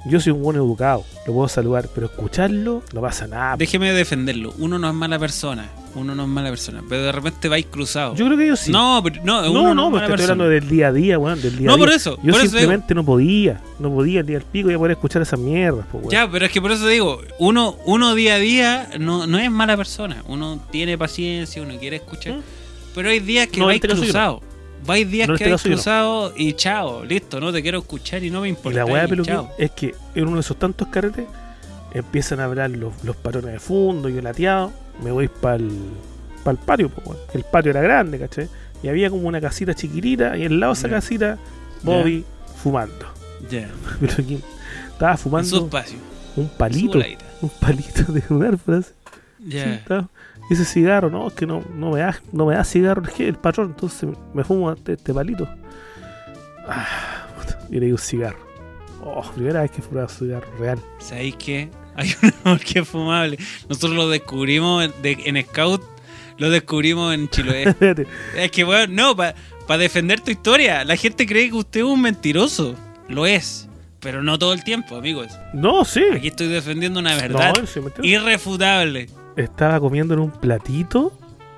[SPEAKER 2] Yo soy un buen educado, lo puedo saludar, pero escucharlo no pasa nada. po.
[SPEAKER 3] Déjeme defenderlo. Uno no es mala persona. Uno no es mala persona. Pero de repente vais cruzado.
[SPEAKER 2] Yo creo que yo sí.
[SPEAKER 3] No, pero no,
[SPEAKER 2] no,
[SPEAKER 3] uno no
[SPEAKER 2] no, pero
[SPEAKER 3] es mala
[SPEAKER 2] te estoy hablando
[SPEAKER 3] persona.
[SPEAKER 2] del día a día, weón, del día a
[SPEAKER 3] No,
[SPEAKER 2] día.
[SPEAKER 3] por eso,
[SPEAKER 2] Yo
[SPEAKER 3] por eso
[SPEAKER 2] simplemente no podía, no podía el día del pico, ya poder escuchar esas mierdas, po, weón.
[SPEAKER 3] Ya, pero es que por eso digo, uno, uno día a día no, no es mala persona. Uno tiene paciencia, uno quiere escuchar.
[SPEAKER 2] Mm.
[SPEAKER 3] Pero hay días que
[SPEAKER 2] No, en
[SPEAKER 3] vais
[SPEAKER 2] este caso yo no.
[SPEAKER 3] cruzado. Vais días
[SPEAKER 2] No, en
[SPEAKER 3] que
[SPEAKER 2] este
[SPEAKER 3] vais
[SPEAKER 2] caso yo no.
[SPEAKER 3] cruzado y chao, listo, no te quiero escuchar y no me
[SPEAKER 2] y
[SPEAKER 3] importa.
[SPEAKER 2] la weá de
[SPEAKER 3] y
[SPEAKER 2] peluquín
[SPEAKER 3] chao.
[SPEAKER 2] es que en uno de esos tantos carretes empiezan a hablar los, los parones de fondo, yo lateado, me voy para el patio, po, weón. El patio era grande, ¿cachai? Y había como una casita chiquitita y al lado de esa
[SPEAKER 3] Ya.
[SPEAKER 2] casita, Bobby fumando.
[SPEAKER 3] Ya,
[SPEAKER 2] Peluquín estaba
[SPEAKER 3] en su
[SPEAKER 2] fumando
[SPEAKER 3] espacio.
[SPEAKER 2] un
[SPEAKER 3] su
[SPEAKER 2] palito,
[SPEAKER 3] voladita.
[SPEAKER 2] un palito de un árbol así. Sí,
[SPEAKER 3] Ya.
[SPEAKER 2] está. Y ese cigarro, no, es que no, no, me da, no me da cigarro, es que el patrón, entonces me fumo este, este palito. Ah, puta, y le digo cigarro. Oh, primera vez que fumaba cigarro real.
[SPEAKER 3] ¿Sabéis qué? Hay un árbol que es fumable. Nosotros lo descubrimos en- de- en Scout, lo descubrimos en Chiloé.
[SPEAKER 2] Espérate,
[SPEAKER 3] es que, bueno, no, para defender tu historia, la gente cree que usted es un mentiroso. Lo es, pero no todo el tiempo, amigos.
[SPEAKER 2] no, sí.
[SPEAKER 3] Aquí estoy defendiendo una
[SPEAKER 2] No,
[SPEAKER 3] verdad
[SPEAKER 2] sí, me entiendes.
[SPEAKER 3] irrefutable.
[SPEAKER 2] Estaba comiendo en un platito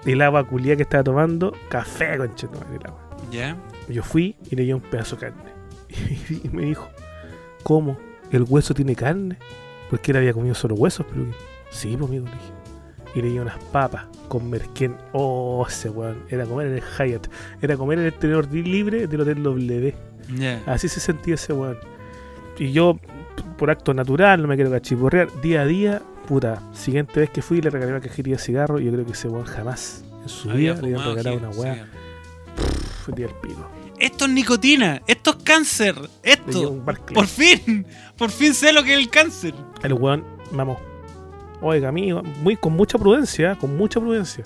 [SPEAKER 2] el agua culia que estaba tomando, café con el agua.
[SPEAKER 3] ¿Ya?
[SPEAKER 2] Yo fui y le di un pedazo de carne. Y me dijo, ¿cómo? ¿El hueso tiene carne? Porque él había comido solo huesos, pero sí, pues amigo, le dije. Y le di unas papas con merquén. Oh, ese weón. Era comer en el Hyatt. Era comer en el tenedor di- libre del Hotel W.
[SPEAKER 3] Ya.
[SPEAKER 2] Así se sentía ese weón. Y yo, p- por acto natural, no me quiero cachiporrear, día a día, puta, siguiente vez que fui le regalé una cajetilla de cigarro y yo creo que ese weón jamás en su vida le había regalado
[SPEAKER 3] cigarro,
[SPEAKER 2] una weá.
[SPEAKER 3] cigarro.
[SPEAKER 2] Fue día del pico.
[SPEAKER 3] Esto es nicotina, esto es cáncer,
[SPEAKER 2] Le di
[SPEAKER 3] esto.
[SPEAKER 2] un Barclay.
[SPEAKER 3] Por fin, por fin sé lo que es el cáncer.
[SPEAKER 2] El weón mamó. Oiga, amigo, muy, con mucha prudencia, ¿eh? con mucha prudencia.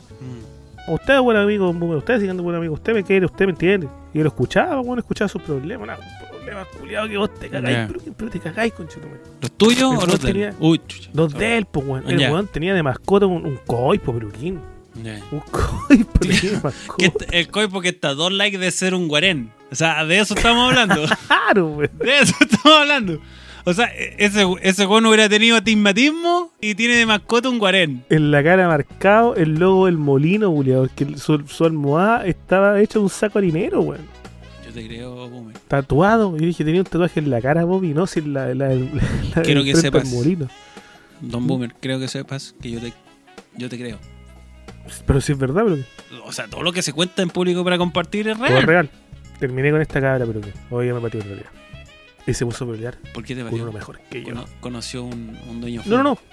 [SPEAKER 2] Usted es buen amigo, muy- usted sigue siendo buen amigo, usted me quiere, usted me entiende. Y yo lo escuchaba, weón, escuchaba sus problemas. nada, un problema culiado que vos te cagáis,
[SPEAKER 3] Ya.
[SPEAKER 2] pero, pero te cagáis, conchetumare.
[SPEAKER 3] ¿Los tuyos
[SPEAKER 2] El
[SPEAKER 3] o
[SPEAKER 2] weón
[SPEAKER 3] los de él?
[SPEAKER 2] tenía-
[SPEAKER 3] Uy, chucha.
[SPEAKER 2] Los de él, pues, weón. El
[SPEAKER 3] Oh. Ya.
[SPEAKER 2] weón tenía de mascota un, un coipo, peluquín.
[SPEAKER 3] Ya.
[SPEAKER 2] Un coipo, tenía de
[SPEAKER 3] Que
[SPEAKER 2] mascota.
[SPEAKER 3] est- el coipo que está a dos likes de ser un guarén. O sea, de eso estamos hablando.
[SPEAKER 2] Claro, weón.
[SPEAKER 3] de eso estamos hablando. O sea, e- ese, ese güey hubiera tenido astigmatismo y tiene de mascota un guarén.
[SPEAKER 2] En la cara marcado el logo del molino, culiado. Que su, su almohada estaba hecha de un saco harinero, weón.
[SPEAKER 3] Yo te creo, Boomer.
[SPEAKER 2] tatuado. Yo dije, tenía un tatuaje en la cara, Bobby, no si en la, en la, en la- en la
[SPEAKER 3] Quiero que
[SPEAKER 2] frente al
[SPEAKER 3] sepas.
[SPEAKER 2] molino.
[SPEAKER 3] Don Boomer, creo que sepas que yo te, yo te creo.
[SPEAKER 2] Pero si es verdad, pero que-
[SPEAKER 3] O sea, todo lo que se cuenta en público para compartir es
[SPEAKER 2] todo es
[SPEAKER 3] real.
[SPEAKER 2] real. Terminé con esta cabra, pero que hoy ya me pateó en realidad. Y se puso a pelear
[SPEAKER 3] ¿Por qué te
[SPEAKER 2] con uno
[SPEAKER 3] pareció?
[SPEAKER 2] mejor que yo.
[SPEAKER 3] Cono- conoció un, un dueño
[SPEAKER 2] No, no,
[SPEAKER 3] feo.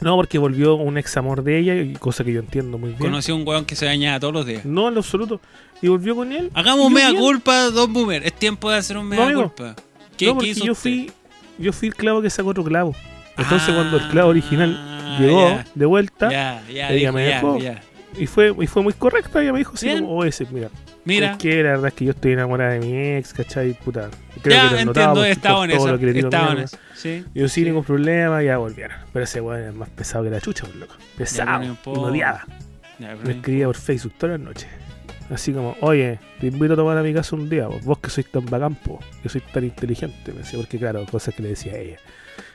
[SPEAKER 2] no. No, porque volvió un ex amor de ella, y cosa que yo entiendo muy bien.
[SPEAKER 3] Conoció un weón que se dañaba todos los días.
[SPEAKER 2] No, en lo absoluto. Y volvió con él.
[SPEAKER 3] Hagamos un
[SPEAKER 2] Yo
[SPEAKER 3] mea
[SPEAKER 2] bien.
[SPEAKER 3] culpa, Don Boomer. Es tiempo de hacer un mea
[SPEAKER 2] amigo.
[SPEAKER 3] culpa. ¿Qué,
[SPEAKER 2] no,
[SPEAKER 3] qué
[SPEAKER 2] porque
[SPEAKER 3] hizo
[SPEAKER 2] yo
[SPEAKER 3] usted?
[SPEAKER 2] fui, yo fui el clavo que sacó otro clavo. Entonces,
[SPEAKER 3] Ah,
[SPEAKER 2] cuando el clavo original llegó
[SPEAKER 3] ya.
[SPEAKER 2] de vuelta
[SPEAKER 3] Ya, ya,
[SPEAKER 2] Ella
[SPEAKER 3] dijo,
[SPEAKER 2] me
[SPEAKER 3] ya,
[SPEAKER 2] dejó.
[SPEAKER 3] ya.
[SPEAKER 2] y fue y fue muy correcta, ella me dijo así
[SPEAKER 3] Bien.
[SPEAKER 2] como, "Oh, ese, mira,
[SPEAKER 3] Mira,
[SPEAKER 2] Porque la verdad es que yo estoy enamorada de mi ex, ¿cachai? Puta. Creo
[SPEAKER 3] ya
[SPEAKER 2] que lo han notado
[SPEAKER 3] entiendo,
[SPEAKER 2] por-
[SPEAKER 3] estaba
[SPEAKER 2] por
[SPEAKER 3] en
[SPEAKER 2] todo
[SPEAKER 3] eso.
[SPEAKER 2] lo que le tiro a mi
[SPEAKER 3] Estaba en
[SPEAKER 2] ex.
[SPEAKER 3] eso. Sí.
[SPEAKER 2] Yo sí, ningún problema, ya volvieron. Pero ese weón es más pesado que la chucha, por loco. Pesado.
[SPEAKER 3] no
[SPEAKER 2] Y
[SPEAKER 3] importa.
[SPEAKER 2] me odiaba.
[SPEAKER 3] Ya, pero
[SPEAKER 2] Me escribía por Facebook todas las noches. Así como, oye, te invito a tomar a mi casa un día, vos, vos que sois tan bacampo, que sois tan inteligente, me decía, porque claro, cosas que le decía a ella.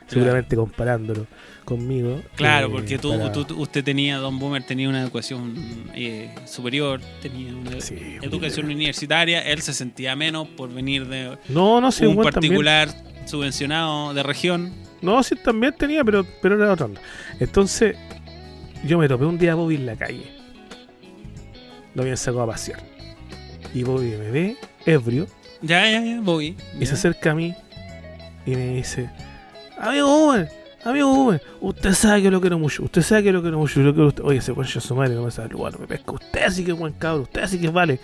[SPEAKER 2] Seguramente comparándolo conmigo.
[SPEAKER 3] Claro,
[SPEAKER 2] eh,
[SPEAKER 3] porque tú,
[SPEAKER 2] para-
[SPEAKER 3] tú- tú- usted tenía, Don Boomer tenía una educación eh, superior, tenía una
[SPEAKER 2] Sí,
[SPEAKER 3] educación
[SPEAKER 2] muy-
[SPEAKER 3] universitaria, él se sentía menos por venir de
[SPEAKER 2] No, no, sí,
[SPEAKER 3] un
[SPEAKER 2] weón también-
[SPEAKER 3] particular subvencionado de región.
[SPEAKER 2] No, sí, también tenía, pero, pero era otra onda. Entonces, yo me topé un día a Bobby en la calle. Lo habían sacado a pasear. Y Bobby me ve, ebrio,
[SPEAKER 3] Ya, ya, ya, voy.
[SPEAKER 2] y se acerca a mí y me dice: Amigo Uber, amigo Uber, usted sabe que lo quiero mucho, usted sabe que lo quiero mucho. Yo quiero a usted". Oye, ese concha de su madre no me sabe lugar, no me pesca. Usted sí que es buen cabrón, usted sí que vale.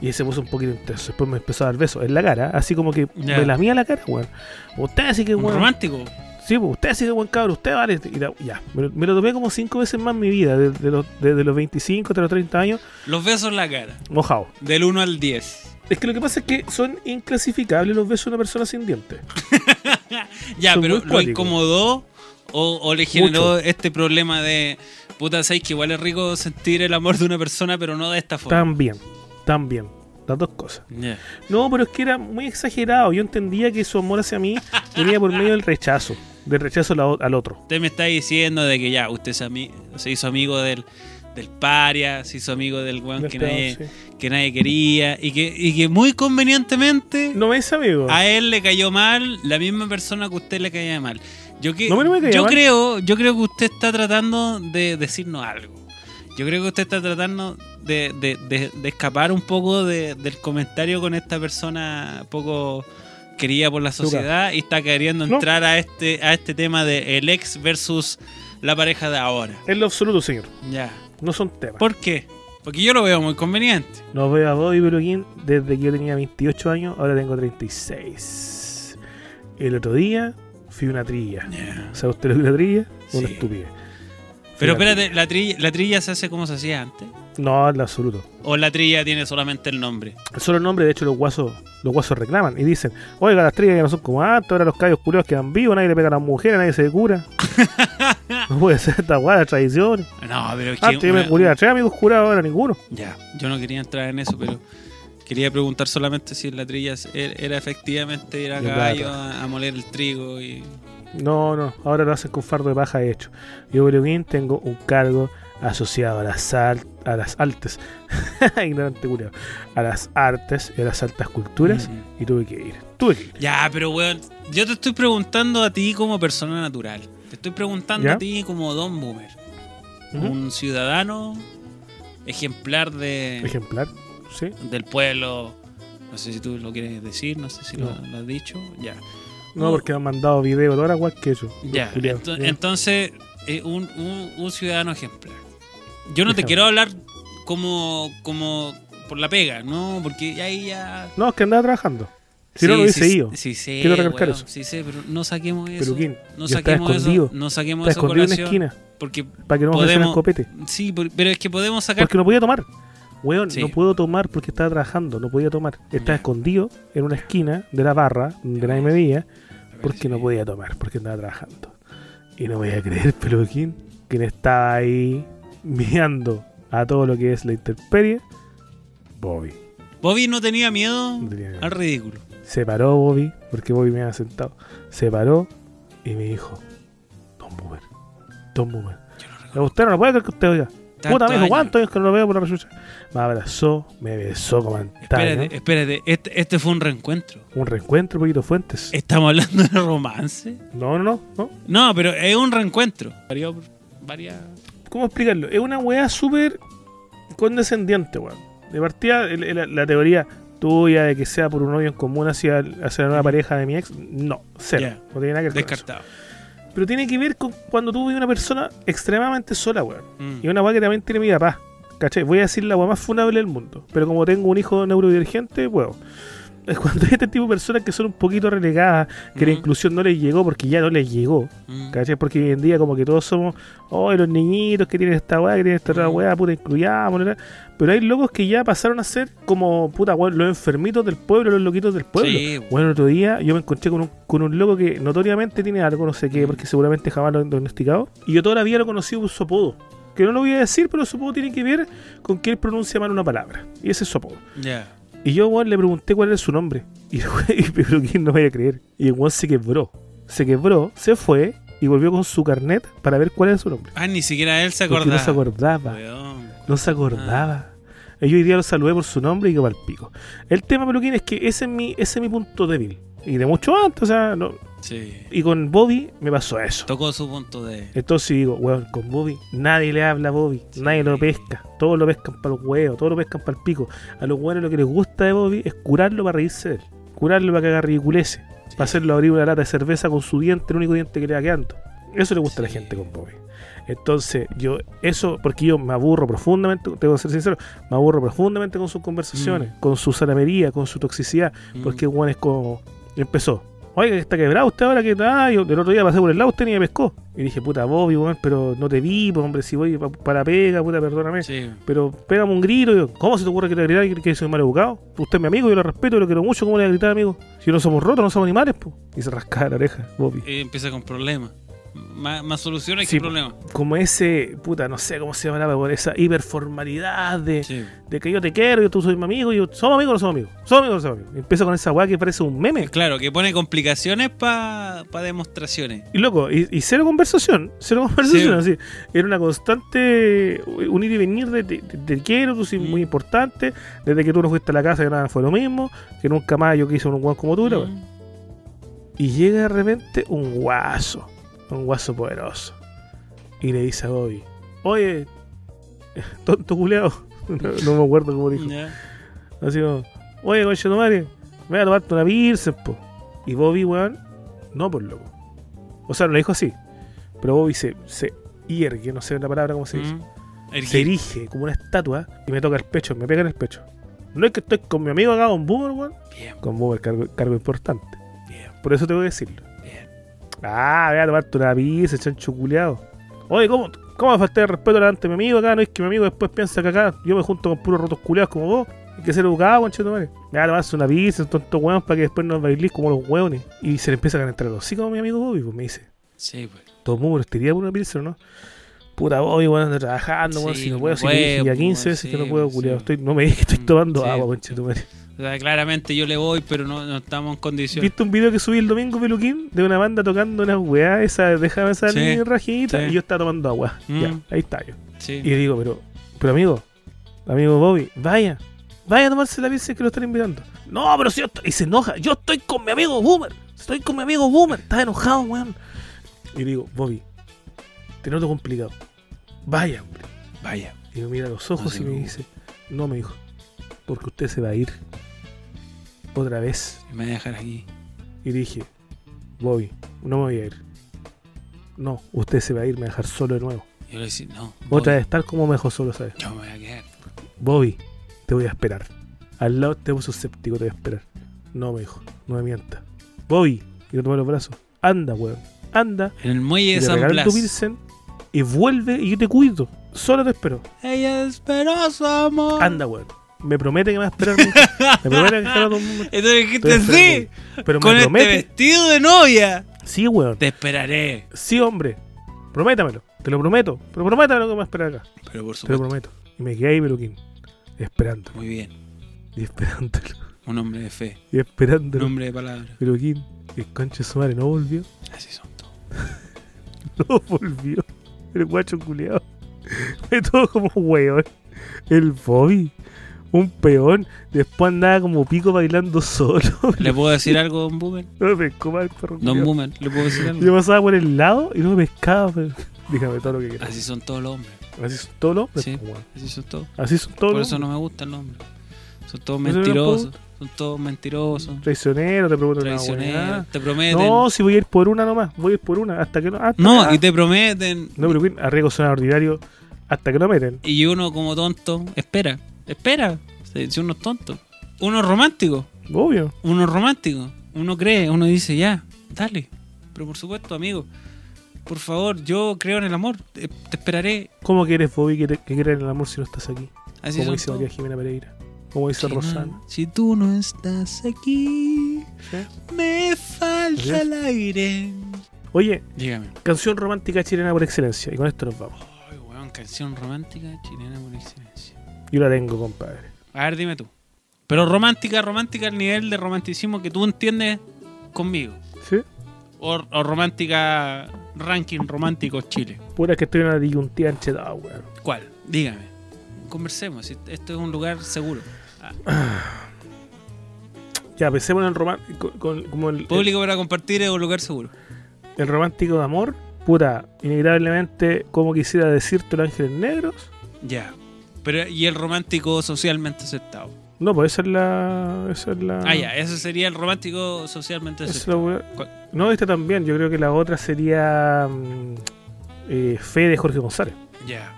[SPEAKER 2] Y se puso un poquito intenso. Después me empezó a dar besos en la cara, así como que
[SPEAKER 3] Ya.
[SPEAKER 2] me lamía la cara, weón. Usted sí que es
[SPEAKER 3] Un
[SPEAKER 2] buen
[SPEAKER 3] romántico.
[SPEAKER 2] Sí, pues usted ha sido buen cabrón, usted vale. Y la- ya, me lo, me lo tomé como cinco veces más en mi vida, de- de los- desde los 25 hasta los 30 años,
[SPEAKER 3] Los besos en la cara,
[SPEAKER 2] mojado.
[SPEAKER 3] del 1 al 10.
[SPEAKER 2] Es que lo que pasa es que son inclasificables los besos de una persona sin dientes.
[SPEAKER 3] Ya,
[SPEAKER 2] Son
[SPEAKER 3] pero
[SPEAKER 2] muy
[SPEAKER 3] ¿lo
[SPEAKER 2] cuáticos.
[SPEAKER 3] incomodó o, o le generó este problema de, puta, sabes que igual es rico sentir el amor de una persona, pero no de esta forma?
[SPEAKER 2] También, también, las dos cosas.
[SPEAKER 3] Ya.
[SPEAKER 2] No, pero es que era muy exagerado. Yo entendía que su amor hacia mí venía por medio del rechazo, del rechazo al o- al otro.
[SPEAKER 3] Usted me está diciendo de que ya, usted se, ami- se hizo amigo del, del paria, se hizo amigo del weón
[SPEAKER 2] Del
[SPEAKER 3] que
[SPEAKER 2] peón,
[SPEAKER 3] nadie,
[SPEAKER 2] sí.
[SPEAKER 3] que nadie quería y que, y que muy convenientemente
[SPEAKER 2] No me es amigo.
[SPEAKER 3] a él le cayó mal la misma persona que a usted le caía mal. Yo, que,
[SPEAKER 2] No, pero me caía
[SPEAKER 3] yo
[SPEAKER 2] mal.
[SPEAKER 3] creo, yo creo que usted está tratando de decirnos algo. Yo creo que usted está tratando de, de- de- de escapar un poco de- del comentario con esta persona poco querida por la sociedad y está queriendo
[SPEAKER 2] No.
[SPEAKER 3] entrar a este a este tema de el ex versus la pareja de ahora.
[SPEAKER 2] En lo absoluto, señor.
[SPEAKER 3] Ya.
[SPEAKER 2] No son temas.
[SPEAKER 3] ¿Por qué? Porque yo lo veo muy conveniente.
[SPEAKER 2] No veo a Bobby Peluquín desde que yo tenía 28 años, ahora tengo 36. El otro día fui una trilla. ¿Sabe usted lo que es una trilla? Una
[SPEAKER 3] Sí.
[SPEAKER 2] estupidez.
[SPEAKER 3] Pero
[SPEAKER 2] Fui una
[SPEAKER 3] espérate, la trilla, la trilla se hace como se hacía antes.
[SPEAKER 2] trilla. No, en lo absoluto.
[SPEAKER 3] ¿O la trilla tiene solamente el nombre?
[SPEAKER 2] Solo el nombre, de hecho, los guasos, los guasos reclaman y dicen: Oiga, las trillas ya no son como antes, ahora los callos culiados quedan vivos, nadie le pega a las mujeres, nadie se cura. no puede ser esta guada, tradición.
[SPEAKER 3] No, pero es que.
[SPEAKER 2] Antes yo Ah, me
[SPEAKER 3] una-
[SPEAKER 2] curé a tres amigos curados, ahora ninguno.
[SPEAKER 3] Ya, yo no quería entrar en eso, pero quería preguntar solamente si la trilla es- er- era efectivamente ir a
[SPEAKER 2] El
[SPEAKER 3] caballo
[SPEAKER 2] gato.
[SPEAKER 3] a, a moler el trigo y.
[SPEAKER 2] No, no, ahora lo hacen con fardo de paja hecho. Yo, Peluquín, tengo un cargo asociado a las, al- a las artes. Ignorante culiao. A las artes y a las altas culturas.
[SPEAKER 3] Mm.
[SPEAKER 2] Y tuve que ir. Tuve que ir.
[SPEAKER 3] Ya, pero weón, yo te estoy preguntando a ti como persona natural. Te estoy preguntando
[SPEAKER 2] ¿Ya?
[SPEAKER 3] a ti como Don Boomer.
[SPEAKER 2] Ujú.
[SPEAKER 3] Un ciudadano ejemplar de,
[SPEAKER 2] Ejemplar. ¿Sí?
[SPEAKER 3] del pueblo. No sé si tú lo quieres decir, no sé si lo-
[SPEAKER 2] No.
[SPEAKER 3] lo has dicho. Ya.
[SPEAKER 2] No, porque me han mandado video toda la guay que yo.
[SPEAKER 3] Ya,
[SPEAKER 2] Culiao,
[SPEAKER 3] ento-
[SPEAKER 2] ya.
[SPEAKER 3] entonces, eh, un, un- un ciudadano ejemplar. Yo no te
[SPEAKER 2] Ejemplar.
[SPEAKER 3] quiero hablar como, como por la pega, ¿no? Porque ahí ya...
[SPEAKER 2] No, es que andaba trabajando. Si no
[SPEAKER 3] Sí,
[SPEAKER 2] lo hubiese
[SPEAKER 3] sí,
[SPEAKER 2] ido.
[SPEAKER 3] Sí, sé,
[SPEAKER 2] Quiero recalcar
[SPEAKER 3] weón,
[SPEAKER 2] eso.
[SPEAKER 3] Sí, sé, pero no saquemos eso.
[SPEAKER 2] Peluquín,
[SPEAKER 3] no
[SPEAKER 2] yo estaba
[SPEAKER 3] saquemos eso.
[SPEAKER 2] escondido.
[SPEAKER 3] No saquemos
[SPEAKER 2] Estaba
[SPEAKER 3] eso
[SPEAKER 2] escondido en una
[SPEAKER 3] colación,
[SPEAKER 2] esquina
[SPEAKER 3] Porque,
[SPEAKER 2] para que no me ofrecieran
[SPEAKER 3] Podemos-
[SPEAKER 2] el copete.
[SPEAKER 3] sí, por- pero es que podemos sacar...
[SPEAKER 2] Porque no podía tomar. Weón,
[SPEAKER 3] Sí.
[SPEAKER 2] no puedo tomar porque estaba trabajando, no podía tomar. Estaba
[SPEAKER 3] Ya.
[SPEAKER 2] escondido en una esquina de la barra donde nadie me veía. porque no
[SPEAKER 3] Sí.
[SPEAKER 2] podía tomar, porque andaba trabajando. Y no voy a creer, Peluquín, quien estaba ahí mirando a todo lo que es la intemperie, Bobby.
[SPEAKER 3] Bobby no tenía miedo
[SPEAKER 2] No tenía miedo.
[SPEAKER 3] al ridículo.
[SPEAKER 2] Se paró Bobby, porque Bobby me había sentado. Se paró y me dijo, Don Boomer, Don Boomer.
[SPEAKER 3] Yo lo recuerdo.
[SPEAKER 2] Me gustaron, no puede creer que usted oiga.
[SPEAKER 3] Tantos
[SPEAKER 2] Puta, me dijo,
[SPEAKER 3] años.
[SPEAKER 2] ¿cuántos años que no lo veo por la rechucha? Me abrazó, me besó como antaño.
[SPEAKER 3] Espérate, espérate. Este, este fue un reencuentro.
[SPEAKER 2] Un reencuentro, Poquito Fuentes.
[SPEAKER 3] ¿Estamos hablando de romance?
[SPEAKER 2] No, no, no, no.
[SPEAKER 3] No, pero es un reencuentro. Varió- varias-
[SPEAKER 2] ¿Cómo explicarlo? Es una weá súper condescendiente, weón. De partida, el- el- la, teoría tuya de que sea por un odio en común hacia, el- hacia la nueva pareja de mi ex, no, cero.
[SPEAKER 3] Ya.
[SPEAKER 2] No tiene nada que ver con
[SPEAKER 3] Descartado.
[SPEAKER 2] eso. Pero tiene que ver con cuando tú ves una persona extremadamente sola, weón.
[SPEAKER 3] Mm.
[SPEAKER 2] Y una weá que también tiene mi papá. ¿Cachai? Voy a decir la weá más funable del mundo. Pero como tengo un hijo neurodivergente, weón. es cuando hay este tipo de personas que son un poquito relegadas, que la
[SPEAKER 3] Ujú.
[SPEAKER 2] inclusión no les llegó porque ya no les llegó.
[SPEAKER 3] Mm.
[SPEAKER 2] ¿Cachai? Porque hoy en día como que todos somos, oh, los niñitos que tienen esta weá, que tienen esta otra
[SPEAKER 3] Ujú.
[SPEAKER 2] weá, puta, incluyamos, ¿verdad? Pero hay locos que ya pasaron a ser como, puta, weón, los enfermitos del pueblo, los loquitos del pueblo.
[SPEAKER 3] Sí.
[SPEAKER 2] Bueno, el otro día yo me encontré con un, con un loco que notoriamente tiene algo, no sé qué,
[SPEAKER 3] Mm.
[SPEAKER 2] porque seguramente jamás lo han diagnosticado. Y yo toda la vida lo conocí por su apodo. Que no lo voy a decir, pero su apodo tiene que ver con que él pronuncia mal una palabra. Y ese es su apodo.
[SPEAKER 3] Ya.
[SPEAKER 2] Y yo, weón, le pregunté cuál era su nombre. Y el weón, y pero que no me vaya a creer. Y el weón se quebró. Se quebró, se fue y volvió con su carnet para ver cuál era su nombre.
[SPEAKER 3] Ah, ni siquiera él se
[SPEAKER 2] Porque
[SPEAKER 3] acordaba.
[SPEAKER 2] no se acordaba.
[SPEAKER 3] Weón.
[SPEAKER 2] No se acordaba. Y yo hoy día lo saludé por su nombre y que pa'l pico. El tema, Peluquín, es que ese es mi, ese es mi punto débil. Y de mucho antes, o sea, no,
[SPEAKER 3] Sí.
[SPEAKER 2] y con Bobby me pasó eso.
[SPEAKER 3] Tocó su punto de.
[SPEAKER 2] Entonces digo, weón, con Bobby nadie le habla a Bobby, nadie lo pesca, todos lo pescan para los huevos, todos lo pescan para el pico. A los huevos lo que les gusta de Bobby es curarlo para reírse de él, curarlo para que haga ridiculece, para hacerlo abrir una lata de cerveza con su diente, el único diente que le va quedando. Eso le gusta a la
[SPEAKER 3] Sí.
[SPEAKER 2] gente con Bobby. Entonces, yo, eso, porque yo me aburro profundamente, tengo que ser sincero, me aburro profundamente con sus conversaciones, con su salamería, con su toxicidad,
[SPEAKER 3] Mm.
[SPEAKER 2] porque el este weón es como. Empezó. Oiga, que está quebrado usted ahora que ah, yo el otro día pasé por el lado, usted ni me pescó. Y dije, puta Bobby, weón, pero no te vi, pues, hombre, si voy pa- para pega, puta, perdóname.
[SPEAKER 3] Sí.
[SPEAKER 2] Pero pégame un grito, y yo, ¿cómo se te ocurre que le gritar que, que soy mal educado? Usted es mi amigo, yo lo respeto, yo lo quiero mucho, ¿cómo le voy a gritar, amigo? Si no somos rotos, no somos animales, pues. Y se rascaba la oreja, Bobby.
[SPEAKER 3] Eh, empieza con problemas. Más, más soluciones
[SPEAKER 2] Sí,
[SPEAKER 3] que problemas.
[SPEAKER 2] Como ese, puta, no sé cómo se llama, weón, esa hiperformalidad de,
[SPEAKER 3] Sí.
[SPEAKER 2] de que yo te quiero, yo tú soy mi amigo, yo somos amigos o no somos amigos, somos amigos o no somos amigos. Y Empieza con esa weá que parece un meme.
[SPEAKER 3] Claro, que pone complicaciones para demostraciones.
[SPEAKER 2] Y loco, y, y cero conversación, cero conversación, así. Era una constante un ir y venir de te, te- te quiero, tú sí
[SPEAKER 3] Mm.
[SPEAKER 2] muy importante, desde que tú no fuiste a la casa que nada fue lo mismo, que nunca más yo quise un guan como tú, la wea.
[SPEAKER 3] Mm.
[SPEAKER 2] Y llega de repente un guaso, un guaso poderoso, y le dice a Bobby, oye, tonto culeado, no, no me acuerdo cómo dijo,
[SPEAKER 3] Ya.
[SPEAKER 2] así como, oye, coche madre, me voy a tomarte una pilsen, po. Y Bobby, weón, no por loco. O sea, no lo dijo así. Pero Bobby se, se hiergue, no sé la palabra cómo se dice.
[SPEAKER 3] Mm. Erguir.
[SPEAKER 2] Se erige como una estatua y me toca el pecho, me pega en el pecho. No es que estoy con mi amigo acá, con Boomer, weón.
[SPEAKER 3] Bien,
[SPEAKER 2] Con Boomer, cargo, cargo importante.
[SPEAKER 3] bien,
[SPEAKER 2] Por eso tengo que decirlo.
[SPEAKER 3] bien.
[SPEAKER 2] Ah, voy a tomarte una pizza, chancho culiado. Oye, ¿cómo, ¿cómo me falta de respeto delante de mi amigo acá? No es que mi amigo después piensa que acá yo me junto con puros rotos culiados como vos. Hay que ser educado, conchito madre. Me va a tomarse una pizza, un tonto hueón, para que después nos bailís como los hueones. Y se le empieza a calentar los como mi amigo Bobby, pues me dice.
[SPEAKER 3] Sí, pues.
[SPEAKER 2] Todo mundo estaría por una pizza, ¿no? Puta Bobby, weón, ando trabajando, weón,
[SPEAKER 3] Sí,
[SPEAKER 2] si no
[SPEAKER 3] no
[SPEAKER 2] puedo, si le dije
[SPEAKER 3] puedo,
[SPEAKER 2] ya 15
[SPEAKER 3] weón,
[SPEAKER 2] veces que
[SPEAKER 3] sí,
[SPEAKER 2] no puedo,
[SPEAKER 3] weón,
[SPEAKER 2] culiado.
[SPEAKER 3] sí.
[SPEAKER 2] Estoy, no me digas que estoy
[SPEAKER 3] Mm,
[SPEAKER 2] tomando
[SPEAKER 3] sí.
[SPEAKER 2] agua, conchito madre.
[SPEAKER 3] O sea, claramente yo le voy, pero no, no estamos en condiciones.
[SPEAKER 2] ¿Viste un video que subí el domingo, Peluquín? De una banda tocando una weá, esa, déjame salir
[SPEAKER 3] Sí,
[SPEAKER 2] rajita.
[SPEAKER 3] sí.
[SPEAKER 2] Y yo estaba tomando agua.
[SPEAKER 3] Mm.
[SPEAKER 2] Ya, ahí está yo.
[SPEAKER 3] Sí.
[SPEAKER 2] Y digo, pero, pero amigo, amigo Bobby, vaya, vaya a tomarse la pizza que lo están invitando. No, pero si yo estoy, y se enoja, yo estoy con mi amigo Boomer, estoy con mi amigo Boomer, está enojado, weón. Y digo, Bobby, te noto complicado. Vaya, hombre.
[SPEAKER 3] Vaya.
[SPEAKER 2] Y me mira a los ojos
[SPEAKER 3] Así
[SPEAKER 2] y me
[SPEAKER 3] como-
[SPEAKER 2] dice, no, me dijo, porque usted se va a ir. Otra vez.
[SPEAKER 3] Me voy a dejar aquí.
[SPEAKER 2] Y dije, Bobby, no me voy a ir. No, usted se va a ir, me va a dejar solo de nuevo.
[SPEAKER 3] Yo le decía, no.
[SPEAKER 2] Otra
[SPEAKER 3] voy.
[SPEAKER 2] vez, tal como me dejó solo, ¿sabes?
[SPEAKER 3] Yo me voy a quedar.
[SPEAKER 2] Bobby, te voy a esperar. Al lado te puso séptico, te voy a esperar. No, me dijo, no me mientas. Bobby, y lo tomé los brazos. Anda, weón, anda.
[SPEAKER 3] En el muelle
[SPEAKER 2] Y
[SPEAKER 3] de
[SPEAKER 2] te
[SPEAKER 3] San
[SPEAKER 2] regalo tu
[SPEAKER 3] Blas.
[SPEAKER 2] Pilsen y vuelve y yo te cuido. Solo te espero.
[SPEAKER 3] Ella esperó su amor.
[SPEAKER 2] Anda, weón. Me promete que me va a esperar mucho. Me promete que estará todo el mundo. Estoy
[SPEAKER 3] Entonces dijiste sí.
[SPEAKER 2] esperando, Bobby. Pero
[SPEAKER 3] Con
[SPEAKER 2] me
[SPEAKER 3] este
[SPEAKER 2] promete.
[SPEAKER 3] vestido de novia.
[SPEAKER 2] Sí, weón.
[SPEAKER 3] Te esperaré.
[SPEAKER 2] Sí, hombre. Prométamelo. Te lo prometo. Pero prométamelo que me va a esperar acá.
[SPEAKER 3] Pero por
[SPEAKER 2] Te lo
[SPEAKER 3] supuesto.
[SPEAKER 2] prometo. Y me quedé ahí, peluquín. Esperándolo.
[SPEAKER 3] Muy bien.
[SPEAKER 2] Y esperándolo.
[SPEAKER 3] Un hombre de fe.
[SPEAKER 2] Y
[SPEAKER 3] Un
[SPEAKER 2] esperándolo.
[SPEAKER 3] hombre de palabra.
[SPEAKER 2] Peluquín, el concha de su madre no volvió.
[SPEAKER 3] Así son todos.
[SPEAKER 2] No volvió. El guacho culiado. Fue todo como un weón. El Bobby. Un peón. Después andaba como pico bailando solo.
[SPEAKER 3] ¿Le puedo decir algo, Don Boomer?
[SPEAKER 2] No me pescó mal el perro.
[SPEAKER 3] Don
[SPEAKER 2] culiao.
[SPEAKER 3] Boomer, ¿le puedo decir algo?
[SPEAKER 2] Yo pasaba por el lado y no me pescaba. pero- Dígame todo lo que quieras.
[SPEAKER 3] Así son todos los hombres.
[SPEAKER 2] Así son todos los hombres,
[SPEAKER 3] Sí.
[SPEAKER 2] po, weón.
[SPEAKER 3] Así son todos.
[SPEAKER 2] Así son todos
[SPEAKER 3] Por
[SPEAKER 2] los
[SPEAKER 3] eso no me gustan los hombres. Son todos
[SPEAKER 2] Pero
[SPEAKER 3] mentirosos. Son todos mentirosos.
[SPEAKER 2] traicionero, te pregunto una
[SPEAKER 3] Traicioneros.
[SPEAKER 2] weá.
[SPEAKER 3] Te prometen.
[SPEAKER 2] No,
[SPEAKER 3] No,
[SPEAKER 2] si voy a ir por una nomás, voy a ir por una, hasta que no. Hasta ah,
[SPEAKER 3] y te prometen.
[SPEAKER 2] No, pero Queen, arriesgo sonar ordinario hasta que lo meten.
[SPEAKER 3] Y uno como tonto, espera, espera. Si si uno es tonto. Uno es romántico.
[SPEAKER 2] Obvio.
[SPEAKER 3] uno es romántico, uno cree, uno dice, ya, dale. Pero por supuesto, amigo, por favor, yo creo en el amor, te, te esperaré.
[SPEAKER 2] ¿Cómo quieres, Bobby, que, te- que crean en el amor si no estás aquí?
[SPEAKER 3] Así
[SPEAKER 2] Como
[SPEAKER 3] son
[SPEAKER 2] dice
[SPEAKER 3] todos.
[SPEAKER 2] María Jimena Pereira. Como dice
[SPEAKER 3] Si no-
[SPEAKER 2] Rosana.
[SPEAKER 3] Si tú no estás aquí,
[SPEAKER 2] ¿Sí?
[SPEAKER 3] me falta el aire.
[SPEAKER 2] Oye,
[SPEAKER 3] Dígame.
[SPEAKER 2] canción romántica chilena por excelencia. Y con esto nos vamos.
[SPEAKER 3] Ay, weón, canción romántica chilena por excelencia.
[SPEAKER 2] Yo la tengo, compadre.
[SPEAKER 3] A ver, dime tú. Pero romántica, romántica al nivel de romanticismo que tú entiendes conmigo.
[SPEAKER 2] ¿Sí?
[SPEAKER 3] O, o romántica, ranking romántico Chile.
[SPEAKER 2] Pura que estoy en una disyuntiva enchetada, weón.
[SPEAKER 3] ¿Cuál? Dígame. Conversemos. si Esto es un lugar seguro.
[SPEAKER 2] Ya, pensemos en el romántico. Con, como el, el,
[SPEAKER 3] Público para compartir es un lugar seguro.
[SPEAKER 2] el romántico de amor. Pura, inevitablemente, como quisiera decirte los ángeles negros.
[SPEAKER 3] Ya. Pero, y el romántico socialmente aceptado.
[SPEAKER 2] No, pues esa es la. Esa es la.
[SPEAKER 3] Ah, ya. Ese sería el romántico socialmente
[SPEAKER 2] esa es
[SPEAKER 3] aceptado.
[SPEAKER 2] la weá.
[SPEAKER 3] ¿Cuál?
[SPEAKER 2] No, esta también. Yo creo que la otra sería. mm, eh, Fe de Jorge González.
[SPEAKER 3] Ya.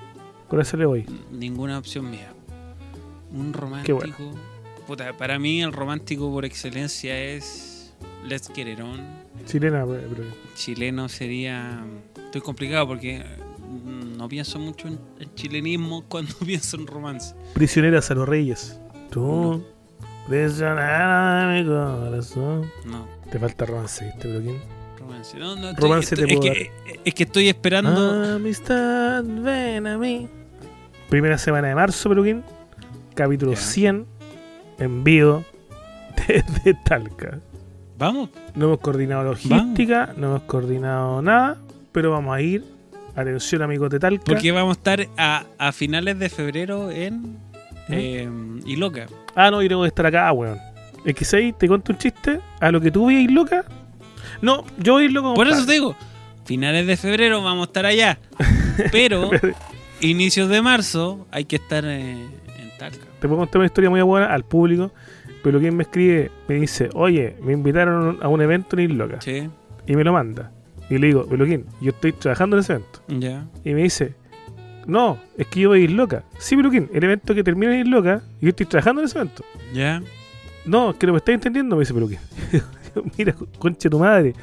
[SPEAKER 2] Con esa le voy.
[SPEAKER 3] N- Ninguna opción mía. Un romántico. Puta, para mí el romántico por excelencia es Let's Get It On.
[SPEAKER 2] Chilena, pero- pero-
[SPEAKER 3] Chileno sería. Estoy complicado porque mm, no pienso mucho en, en chilenismo cuando pienso en romance.
[SPEAKER 2] Prisioneras a los reyes. Tú, prisionera de mi corazón.
[SPEAKER 3] No.
[SPEAKER 2] Te falta romance, ¿viste, pero quién?
[SPEAKER 3] Romance. No, no, estoy-
[SPEAKER 2] Romance te
[SPEAKER 3] estoy-
[SPEAKER 2] puedo Ah,
[SPEAKER 3] es, que, es que estoy esperando.
[SPEAKER 2] Amistad, ven a mí. Primera semana de marzo, Peluquín. Capítulo
[SPEAKER 3] Ya.
[SPEAKER 2] 100. En vivo. Desde Talca.
[SPEAKER 3] Vamos.
[SPEAKER 2] No hemos coordinado logística, no hemos coordinado nada. Pero vamos a ir. Atención, amigos de Talca.
[SPEAKER 3] Porque vamos a estar a, a finales de febrero en eh, Iloca.
[SPEAKER 2] Ah, no, yo tengo que estar acá, weón. Es que ¿sabes? te cuento un chiste. A lo que tú veis, loca. No, yo voy a ir loco.
[SPEAKER 3] Por eso
[SPEAKER 2] compadre.
[SPEAKER 3] te digo, finales de febrero vamos a estar allá. Pero inicios de marzo hay que estar eh, en Talca.
[SPEAKER 2] te puedo contar una historia muy buena al público. Pero quien me escribe me dice, oye, me invitaron a un evento en Isloca.
[SPEAKER 3] Sí,
[SPEAKER 2] Y me lo manda. Y le digo, Peluquín, yo estoy trabajando en ese evento.
[SPEAKER 3] ya.
[SPEAKER 2] Y me dice, no, es que yo voy a Isloca. Sí, Peluquín, el evento que termina en Isloca, yo estoy trabajando en ese evento.
[SPEAKER 3] Ya.
[SPEAKER 2] No, que no me estás entendiendo, me dice Peluquín. Mira, concha de tu madre.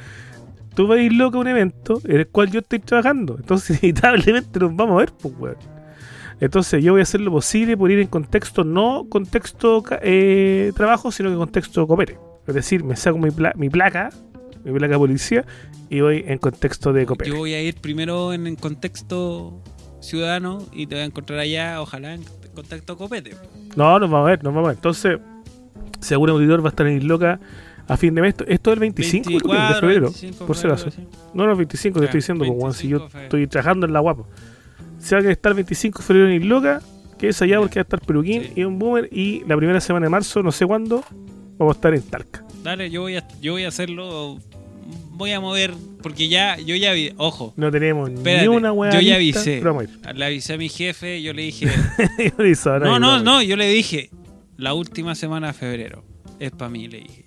[SPEAKER 2] Tú vas a ir loca a un evento en el cual yo estoy trabajando. Entonces, inevitablemente nos vamos a ver, pues, weón. Entonces, yo voy a hacer lo posible por ir en contexto, no contexto ca- eh, trabajo, sino que contexto copete. Es decir, me saco mi, pla- mi placa, mi placa de policía, y voy en contexto de copete.
[SPEAKER 3] Yo voy a ir primero en el contexto ciudadano y te voy a encontrar allá, ojalá en contacto copete.
[SPEAKER 2] No, nos vamos a ver, nos vamos a ver. Entonces, seguro auditor va a estar en Isloca a fin de mes. Esto- Esto es el 25 Peluquín, de febrero.
[SPEAKER 3] 25
[SPEAKER 2] por si acaso.
[SPEAKER 3] febrero, sí.
[SPEAKER 2] No, no, 25 te
[SPEAKER 3] Ya,
[SPEAKER 2] estoy diciendo, pues, weón, si yo
[SPEAKER 3] 25 fe.
[SPEAKER 2] estoy trabajando en la guapa. Se va a estar el 25 de febrero en Isloca, que es allá
[SPEAKER 3] Ya.
[SPEAKER 2] porque va a estar Peluquín
[SPEAKER 3] Sí.
[SPEAKER 2] y un boomer. Y la primera semana de marzo, no sé cuándo, vamos a estar en Talca.
[SPEAKER 3] Dale, yo voy a, yo voy a hacerlo. Voy a mover, porque ya, yo ya vi, ojo,
[SPEAKER 2] No tenemos
[SPEAKER 3] Espérate,
[SPEAKER 2] ni una weá.
[SPEAKER 3] yo ya
[SPEAKER 2] lista,
[SPEAKER 3] avisé.
[SPEAKER 2] pero vamos a ir.
[SPEAKER 3] le avisé a mi jefe, yo le dije,
[SPEAKER 2] Yo le hice ahora
[SPEAKER 3] no,
[SPEAKER 2] y
[SPEAKER 3] no,
[SPEAKER 2] vamos a ir.
[SPEAKER 3] no, yo le dije, la última semana de febrero es para mí, le dije.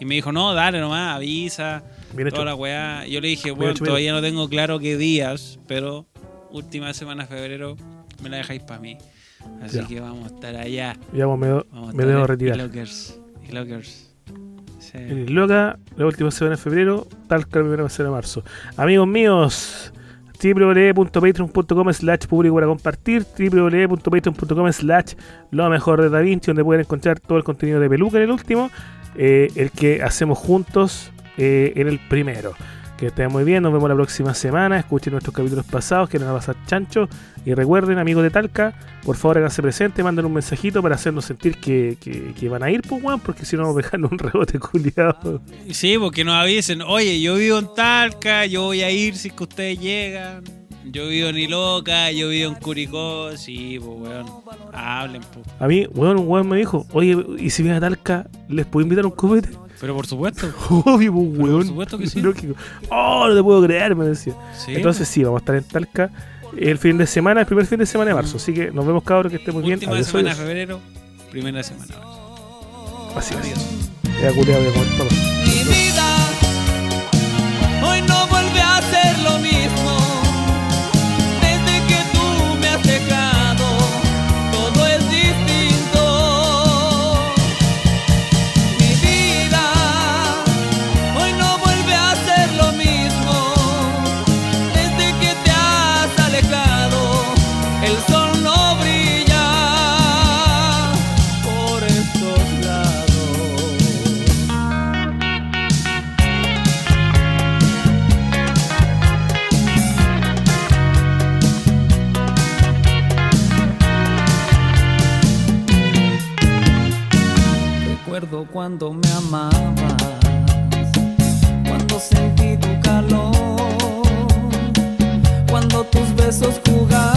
[SPEAKER 3] Y me dijo, no, dale nomás, avisa,
[SPEAKER 2] Bien hecho.
[SPEAKER 3] toda la weá. Yo le dije,
[SPEAKER 2] Bien
[SPEAKER 3] bueno,
[SPEAKER 2] hecho, bien
[SPEAKER 3] todavía no tengo claro qué días, pero última semana de febrero me la dejáis para mí. Así
[SPEAKER 2] Ya.
[SPEAKER 3] que vamos a estar allá.
[SPEAKER 2] Ya, pues, me, do-
[SPEAKER 3] Vamos a
[SPEAKER 2] me
[SPEAKER 3] estar
[SPEAKER 2] debo
[SPEAKER 3] en
[SPEAKER 2] retirar. Eh,
[SPEAKER 3] Ilockers, Ilockers. Sí.
[SPEAKER 2] En Isloca, la última semana de febrero, Talca la primera semana de marzo. Amigos míos, www.patreon.com slash público para compartir, www.patreon.com slash lo mejor de Da Vinci, donde pueden encontrar todo el contenido de Peluca en el último, eh, el que hacemos juntos eh, en el primero. Que estén muy bien, nos vemos la próxima semana, escuchen nuestros capítulos pasados que nos va a pasar chancho y recuerden amigos de Talca, por favor háganse presente, manden un mensajito para hacernos sentir que, que- que van a ir, pues weón, porque si no vamos a pegar un rebote culiado.
[SPEAKER 3] Sí, porque nos avisen, oye, yo vivo en Talca, yo voy a ir si es que ustedes llegan. Yo vivo en Iloca, yo vivo en Curicó, sí, pues weón. Hablen, pues.
[SPEAKER 2] A mí, weón, un weón me dijo, oye, ¿y si vienes a Talca, les puedo invitar un copete?
[SPEAKER 3] Pero por supuesto.
[SPEAKER 2] Obvio, pues,
[SPEAKER 3] Pero por
[SPEAKER 2] weón.
[SPEAKER 3] supuesto que sí.
[SPEAKER 2] Lógico. Oh, no te puedo creer, me decía.
[SPEAKER 3] Sí, pues.
[SPEAKER 2] Entonces sí, vamos a estar en Talca el fin de semana, el primer fin de semana de marzo. Así que nos vemos, cabros, que esté muy
[SPEAKER 3] pues.
[SPEAKER 2] bien.
[SPEAKER 3] última
[SPEAKER 2] Adiós,
[SPEAKER 3] semana
[SPEAKER 2] adiós.
[SPEAKER 3] de febrero, primera semana. de marzo.
[SPEAKER 2] Así
[SPEAKER 3] Adiós.
[SPEAKER 2] es. Ya, culiao, voy a comer, papá.
[SPEAKER 4] Mi vida hoy no vuelve a ser lo mismo. Desde que tú me has dejado, todo es distinto. Mi
[SPEAKER 3] recuerdo cuando me amabas, cuando sentí tu calor, cuando tus besos jugaban.